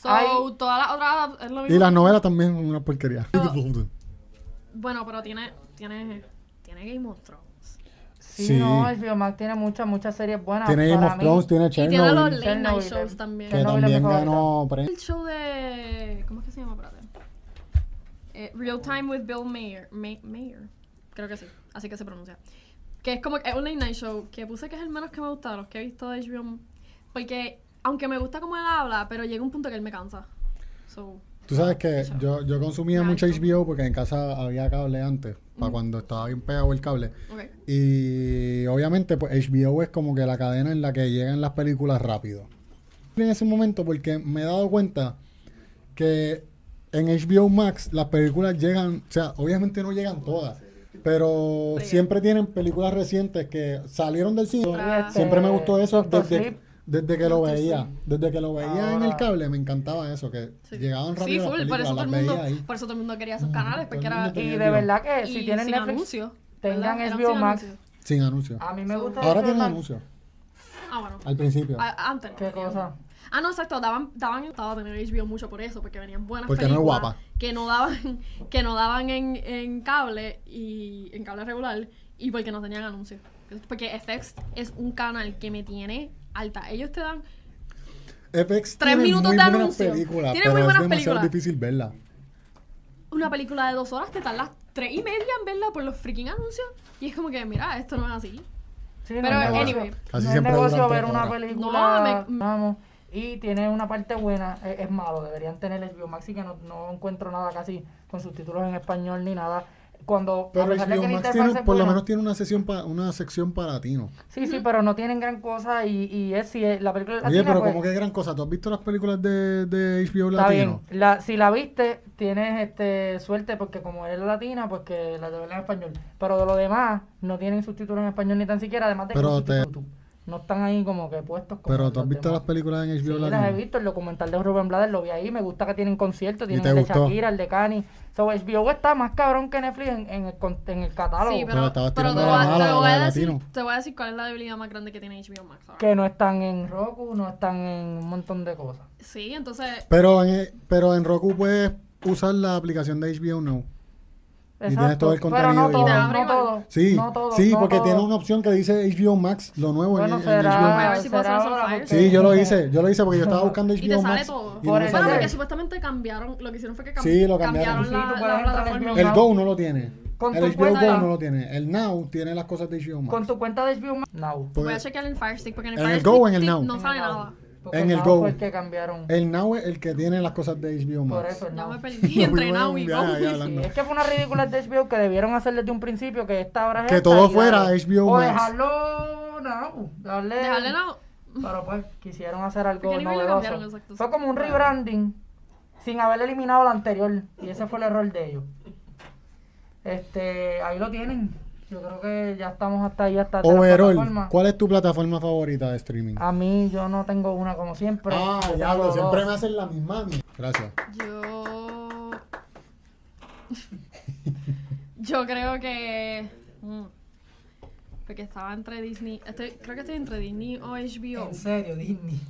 Speaker 3: So,
Speaker 2: Hay-
Speaker 3: todas las otras es lo mismo.
Speaker 1: Y las novelas también son una porquería. [laughs]
Speaker 3: Bueno, pero tiene, tiene, tiene Game of Thrones.
Speaker 2: Sí,
Speaker 1: Sí.
Speaker 2: no, HBO Max tiene muchas, muchas series buenas.
Speaker 1: Tiene Game
Speaker 2: para
Speaker 1: of
Speaker 2: mí.
Speaker 1: Thrones, tiene
Speaker 3: Y tiene los
Speaker 1: Chernobyl.
Speaker 3: late night
Speaker 2: Chernobyl,
Speaker 3: shows
Speaker 2: eh.
Speaker 1: Que
Speaker 3: también.
Speaker 2: Chernobyl. novela
Speaker 1: también
Speaker 2: mi favorita.
Speaker 1: ganó premio.
Speaker 3: El show de... ¿Cómo es que se llama? Espérate. Eh, Real Time with Bill Mayer. May- Mayer. Creo que sí. Así que se pronuncia. Que es como que es un late night show que puse que es el menos que me gusta de los que he visto de HBO. Porque aunque me gusta cómo él habla, pero llega un punto que él me cansa. So,
Speaker 1: Tú sabes que yo, yo consumía
Speaker 3: Ay,
Speaker 1: mucho
Speaker 3: no.
Speaker 1: HBO porque en casa había cable antes. Para
Speaker 2: Mm.
Speaker 1: cuando estaba bien pegado el cable.
Speaker 3: ok.
Speaker 1: Y obviamente, pues HBO es como que la cadena en la que llegan las películas rápido. En ese momento, porque me he dado cuenta que en HBO Max las películas llegan, o sea, obviamente no llegan todas, pero
Speaker 3: Sí.
Speaker 1: siempre tienen películas recientes que salieron del cine.
Speaker 3: Ah.
Speaker 1: Siempre me gustó eso
Speaker 2: Doctor
Speaker 1: desde,
Speaker 2: Sleep.
Speaker 1: desde que lo veía. Desde que lo veía en el
Speaker 2: Ahora-
Speaker 1: cable me encantaba eso, que
Speaker 3: Sí.
Speaker 1: llegaban
Speaker 3: Sí,
Speaker 1: rápido las
Speaker 3: full, por
Speaker 1: películas,
Speaker 3: eso, todo
Speaker 1: las
Speaker 3: el
Speaker 1: veía
Speaker 3: mundo,
Speaker 1: ahí. Mm,
Speaker 3: por eso todo el mundo quería esos canales, porque
Speaker 1: todo el
Speaker 3: era...
Speaker 1: mundo
Speaker 2: Y
Speaker 1: tenía
Speaker 2: de
Speaker 1: HBO.
Speaker 2: verdad que si
Speaker 3: y
Speaker 2: tienen
Speaker 3: sin
Speaker 2: Netflix,
Speaker 3: anuncios,
Speaker 2: tengan
Speaker 3: ¿verdad? Eran
Speaker 2: HBO
Speaker 3: sin
Speaker 2: Max.
Speaker 3: anuncios.
Speaker 1: Sin anuncios.
Speaker 2: A mí me gusta
Speaker 1: Ahora
Speaker 2: HBO
Speaker 1: tienen
Speaker 2: Max.
Speaker 1: anuncios,
Speaker 3: Ah, bueno.
Speaker 1: al principio.
Speaker 3: A- antes. no
Speaker 2: ¿Qué
Speaker 3: tenían.
Speaker 2: cosa?
Speaker 3: Ah, no, exacto. Daban, daban estaba tener HBO mucho por eso, porque venían buenas
Speaker 1: Porque no es
Speaker 3: películas.
Speaker 1: guapa.
Speaker 3: Que no daban, [laughs] que no daban en, en cable y en cable regular y porque no tenían anuncios. Porque FX es un canal que me tiene alta. Ellos te dan
Speaker 1: FX
Speaker 3: Tres
Speaker 1: tiene
Speaker 3: minutos
Speaker 1: muy
Speaker 3: de
Speaker 1: buenas
Speaker 3: anuncio.
Speaker 1: películas,
Speaker 3: Tiene
Speaker 1: pero
Speaker 3: muy buenas
Speaker 1: es demasiado
Speaker 3: películas.
Speaker 1: difícil verla.
Speaker 3: una película de dos horas, te tardas tres y media en verla por los freaking anuncios. Y es como que, mira, esto no es así.
Speaker 2: Sí, no es
Speaker 3: Pero,
Speaker 2: negocio.
Speaker 3: anyway.
Speaker 1: Casi
Speaker 2: No es
Speaker 1: siempre
Speaker 2: negocio
Speaker 1: duran
Speaker 2: ver
Speaker 1: tres
Speaker 2: una
Speaker 1: horas.
Speaker 2: película.
Speaker 3: No, me-
Speaker 2: Vamos. Y tiene una parte buena, e-, es, es malo, deberían tener HBO Max y que no, no encuentro nada casi con subtítulos en español ni nada. Cuando a
Speaker 1: Pero
Speaker 2: pesar de que
Speaker 1: HBO
Speaker 2: la
Speaker 1: Max
Speaker 2: interfaz
Speaker 1: tiene,
Speaker 2: es
Speaker 1: por lo
Speaker 2: buena-
Speaker 1: menos tiene una, sesión pa- una sección para latino.
Speaker 2: Sí, sí, pero no tienen gran cosa y, y es si es- la película es
Speaker 1: Oye,
Speaker 2: latina,
Speaker 1: pero
Speaker 2: pues,
Speaker 1: como que gran cosa. ¿Tú has visto las películas de, de HBO
Speaker 2: Está
Speaker 1: latino?
Speaker 2: bien. La, si la viste, tienes este suerte porque como es latina, pues que la devuelven en español. Pero de lo demás, no tienen subtítulos en español ni tan siquiera, además de que
Speaker 1: Pero
Speaker 2: los
Speaker 1: te-
Speaker 2: subtítulos no están ahí como que puestos como
Speaker 1: Pero tú has
Speaker 2: los
Speaker 1: visto
Speaker 2: demás.
Speaker 1: las películas en
Speaker 2: Sí,
Speaker 1: HBO
Speaker 2: las he
Speaker 1: latino.
Speaker 2: visto, el documental de Rubén Blades lo vi ahí, me gusta que tienen conciertos, tienen
Speaker 1: te
Speaker 2: el de
Speaker 1: gustó?
Speaker 2: Shakira, el de Kanye. So, HBO está más cabrón que Netflix en, en el, con- en el catálogo,
Speaker 3: Sí,
Speaker 1: Pero
Speaker 3: pero,
Speaker 1: estabas
Speaker 3: pero te,
Speaker 1: tirando la
Speaker 3: voy a-
Speaker 1: mala,
Speaker 3: te
Speaker 1: la
Speaker 3: voy
Speaker 1: de
Speaker 3: a decir,
Speaker 1: latino.
Speaker 3: te voy a decir cuál es la debilidad más grande que tiene HBO Max ahora.
Speaker 2: que no están en Roku, no están en un montón de cosas.
Speaker 3: Sí, entonces
Speaker 1: Pero en, pero en Roku puedes usar la aplicación de HBO Now. Y tienes
Speaker 2: Exacto,
Speaker 1: todo el
Speaker 2: Pero no
Speaker 1: contenido y-
Speaker 2: todo,
Speaker 1: Te
Speaker 3: abre
Speaker 2: no
Speaker 3: igual.
Speaker 2: todo,
Speaker 1: Sí,
Speaker 2: no todo,
Speaker 1: sí
Speaker 2: no
Speaker 1: porque
Speaker 2: todo.
Speaker 1: tiene una opción que dice HBO Max, lo nuevo en-
Speaker 2: Bueno,
Speaker 1: en,
Speaker 2: será,
Speaker 1: HBO Max.
Speaker 3: A ver si
Speaker 2: será
Speaker 3: puedo hacer
Speaker 2: ahora,
Speaker 3: esa
Speaker 2: porque-
Speaker 1: Sí, yo lo hice. Yo lo hice
Speaker 2: [laughs]
Speaker 1: porque yo estaba buscando
Speaker 3: Y te
Speaker 1: HBO
Speaker 3: sale
Speaker 1: Max.
Speaker 3: todo.
Speaker 1: y no me
Speaker 2: Por
Speaker 3: Bueno,
Speaker 2: eso.
Speaker 1: salía.
Speaker 3: porque supuestamente cambiaron, lo que hicieron fue que cam-
Speaker 1: Sí, lo cambiaron.
Speaker 3: cambiaron,
Speaker 2: Sí, tú
Speaker 3: la,
Speaker 2: puedes
Speaker 3: la
Speaker 2: entrar
Speaker 3: plataforma.
Speaker 2: en
Speaker 1: El Go no lo tiene.
Speaker 2: Con
Speaker 1: el
Speaker 2: tu
Speaker 1: HBO
Speaker 2: cuenta-
Speaker 1: Go no lo tiene. El Now tiene las cosas de HBO Max.
Speaker 2: Con tu cuenta de HBO Max, no.
Speaker 3: Voy
Speaker 1: Porque
Speaker 3: a chequear en Fire Stick, porque en el
Speaker 1: pues ¿En
Speaker 3: Fire
Speaker 1: el Go o en
Speaker 3: Stick
Speaker 1: el Now?
Speaker 3: no sale nada.
Speaker 2: Porque
Speaker 1: En el
Speaker 2: Now
Speaker 1: Go.
Speaker 2: fue el que cambiaron.
Speaker 1: el Now es el que tiene las cosas de HBO Max.
Speaker 2: Por eso el
Speaker 3: Ya me
Speaker 1: [laughs]
Speaker 2: Now.
Speaker 3: perdí
Speaker 1: fuimos
Speaker 3: entre
Speaker 1: en
Speaker 3: Now
Speaker 1: un
Speaker 3: y
Speaker 1: viaje ahí
Speaker 3: Go.
Speaker 1: hablando.
Speaker 2: Sí, es que fue una ridícula de HBO que debieron hacer desde un principio que esta hora es
Speaker 1: Que
Speaker 2: esta
Speaker 1: todo
Speaker 2: y
Speaker 1: fuera
Speaker 2: darle-
Speaker 1: HBO
Speaker 2: O
Speaker 1: Max.
Speaker 2: dejarlo Now. Darle,
Speaker 3: Dejarle Now.
Speaker 2: Pero pues quisieron hacer algo
Speaker 3: Porque ni me lo cambiaron,
Speaker 2: novedoso.
Speaker 3: exacto.
Speaker 2: Fue como un rebranding sin haber eliminado la anterior. Y ese fue el error de ellos. Este, ahí lo tienen. Yo creo que ya estamos hasta ahí, hasta la
Speaker 1: Overall,
Speaker 2: plataforma.
Speaker 1: ¿cuál es tu plataforma favorita de streaming?
Speaker 2: A mí yo no tengo una como siempre.
Speaker 1: Ah,
Speaker 2: Yo
Speaker 1: diablo,
Speaker 2: tengo
Speaker 1: siempre
Speaker 2: dos.
Speaker 1: me hacen la misma. mía. Gracias.
Speaker 3: Yo. [laughs] Yo creo que. mm, Porque estaba entre Disney. Estoy, creo que estoy entre Disney o HBO.
Speaker 2: En serio, Disney.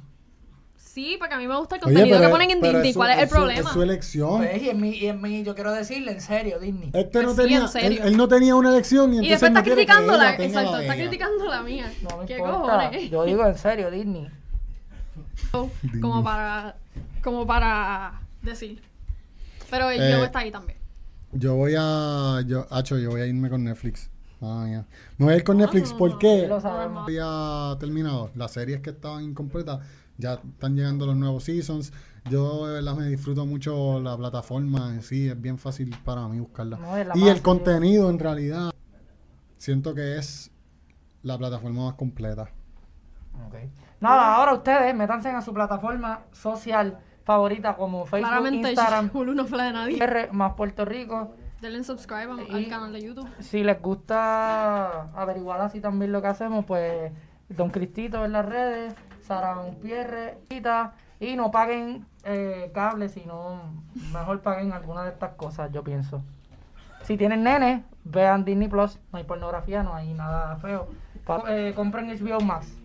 Speaker 3: Sí, porque a mí me gusta el contenido que ponen en
Speaker 1: pero
Speaker 3: Disney.
Speaker 1: su-
Speaker 3: ¿Cuál es el
Speaker 1: su-
Speaker 3: problema?
Speaker 1: Es su elección.
Speaker 2: Pues, y en mí, y en mí, yo quiero decirle en serio, Disney.
Speaker 1: Este
Speaker 3: Pues
Speaker 1: no
Speaker 3: sí,
Speaker 1: tenía,
Speaker 3: en
Speaker 1: él,
Speaker 3: serio.
Speaker 1: él no tenía una elección y
Speaker 3: y
Speaker 1: entonces
Speaker 3: después
Speaker 1: él no
Speaker 3: está
Speaker 1: quiere que
Speaker 3: criticando
Speaker 1: ella
Speaker 3: la.
Speaker 1: tenga
Speaker 3: Exacto,
Speaker 1: la de
Speaker 3: está
Speaker 1: ella.
Speaker 3: criticando la mía.
Speaker 2: No me
Speaker 3: ¿Qué
Speaker 2: importa.
Speaker 3: cojones?
Speaker 2: Yo digo en serio, Disney.
Speaker 3: como para como para decir pero el
Speaker 1: Eh,
Speaker 3: yo está ahí también
Speaker 1: Yo voy a, yo, acho, yo voy a irme con Netflix. Madre mía. Me voy a ir con
Speaker 2: Ah,
Speaker 1: Netflix porque
Speaker 2: Lo sabemos.
Speaker 1: ya terminado. Las series que estaban incompletas ya están llegando los nuevos seasons. Yo de verdad me disfruto mucho la plataforma en sí, es bien fácil para mí buscarla.
Speaker 2: No, es la
Speaker 1: y
Speaker 2: más,
Speaker 1: el contenido en realidad, siento que es la plataforma más completa.
Speaker 2: Ok. Nada, ahora ustedes métanse a su plataforma social favorita como Facebook,
Speaker 3: Claramente
Speaker 2: Instagram,
Speaker 3: [laughs] Hulu no fue de nadie.
Speaker 2: R más Puerto Rico.
Speaker 3: Denle subscribe a-
Speaker 2: Y-
Speaker 3: al canal de YouTube.
Speaker 2: Si les gusta averiguar así también lo que hacemos, pues Don Cristito en las redes, Sara Don Pierre, Tita, y no paguen eh, cables, sino mejor paguen alguna de estas cosas, yo pienso. Si tienen nenes, vean Disney Plus, no hay pornografía, no hay nada feo. Pa- eh, compren HBO Max.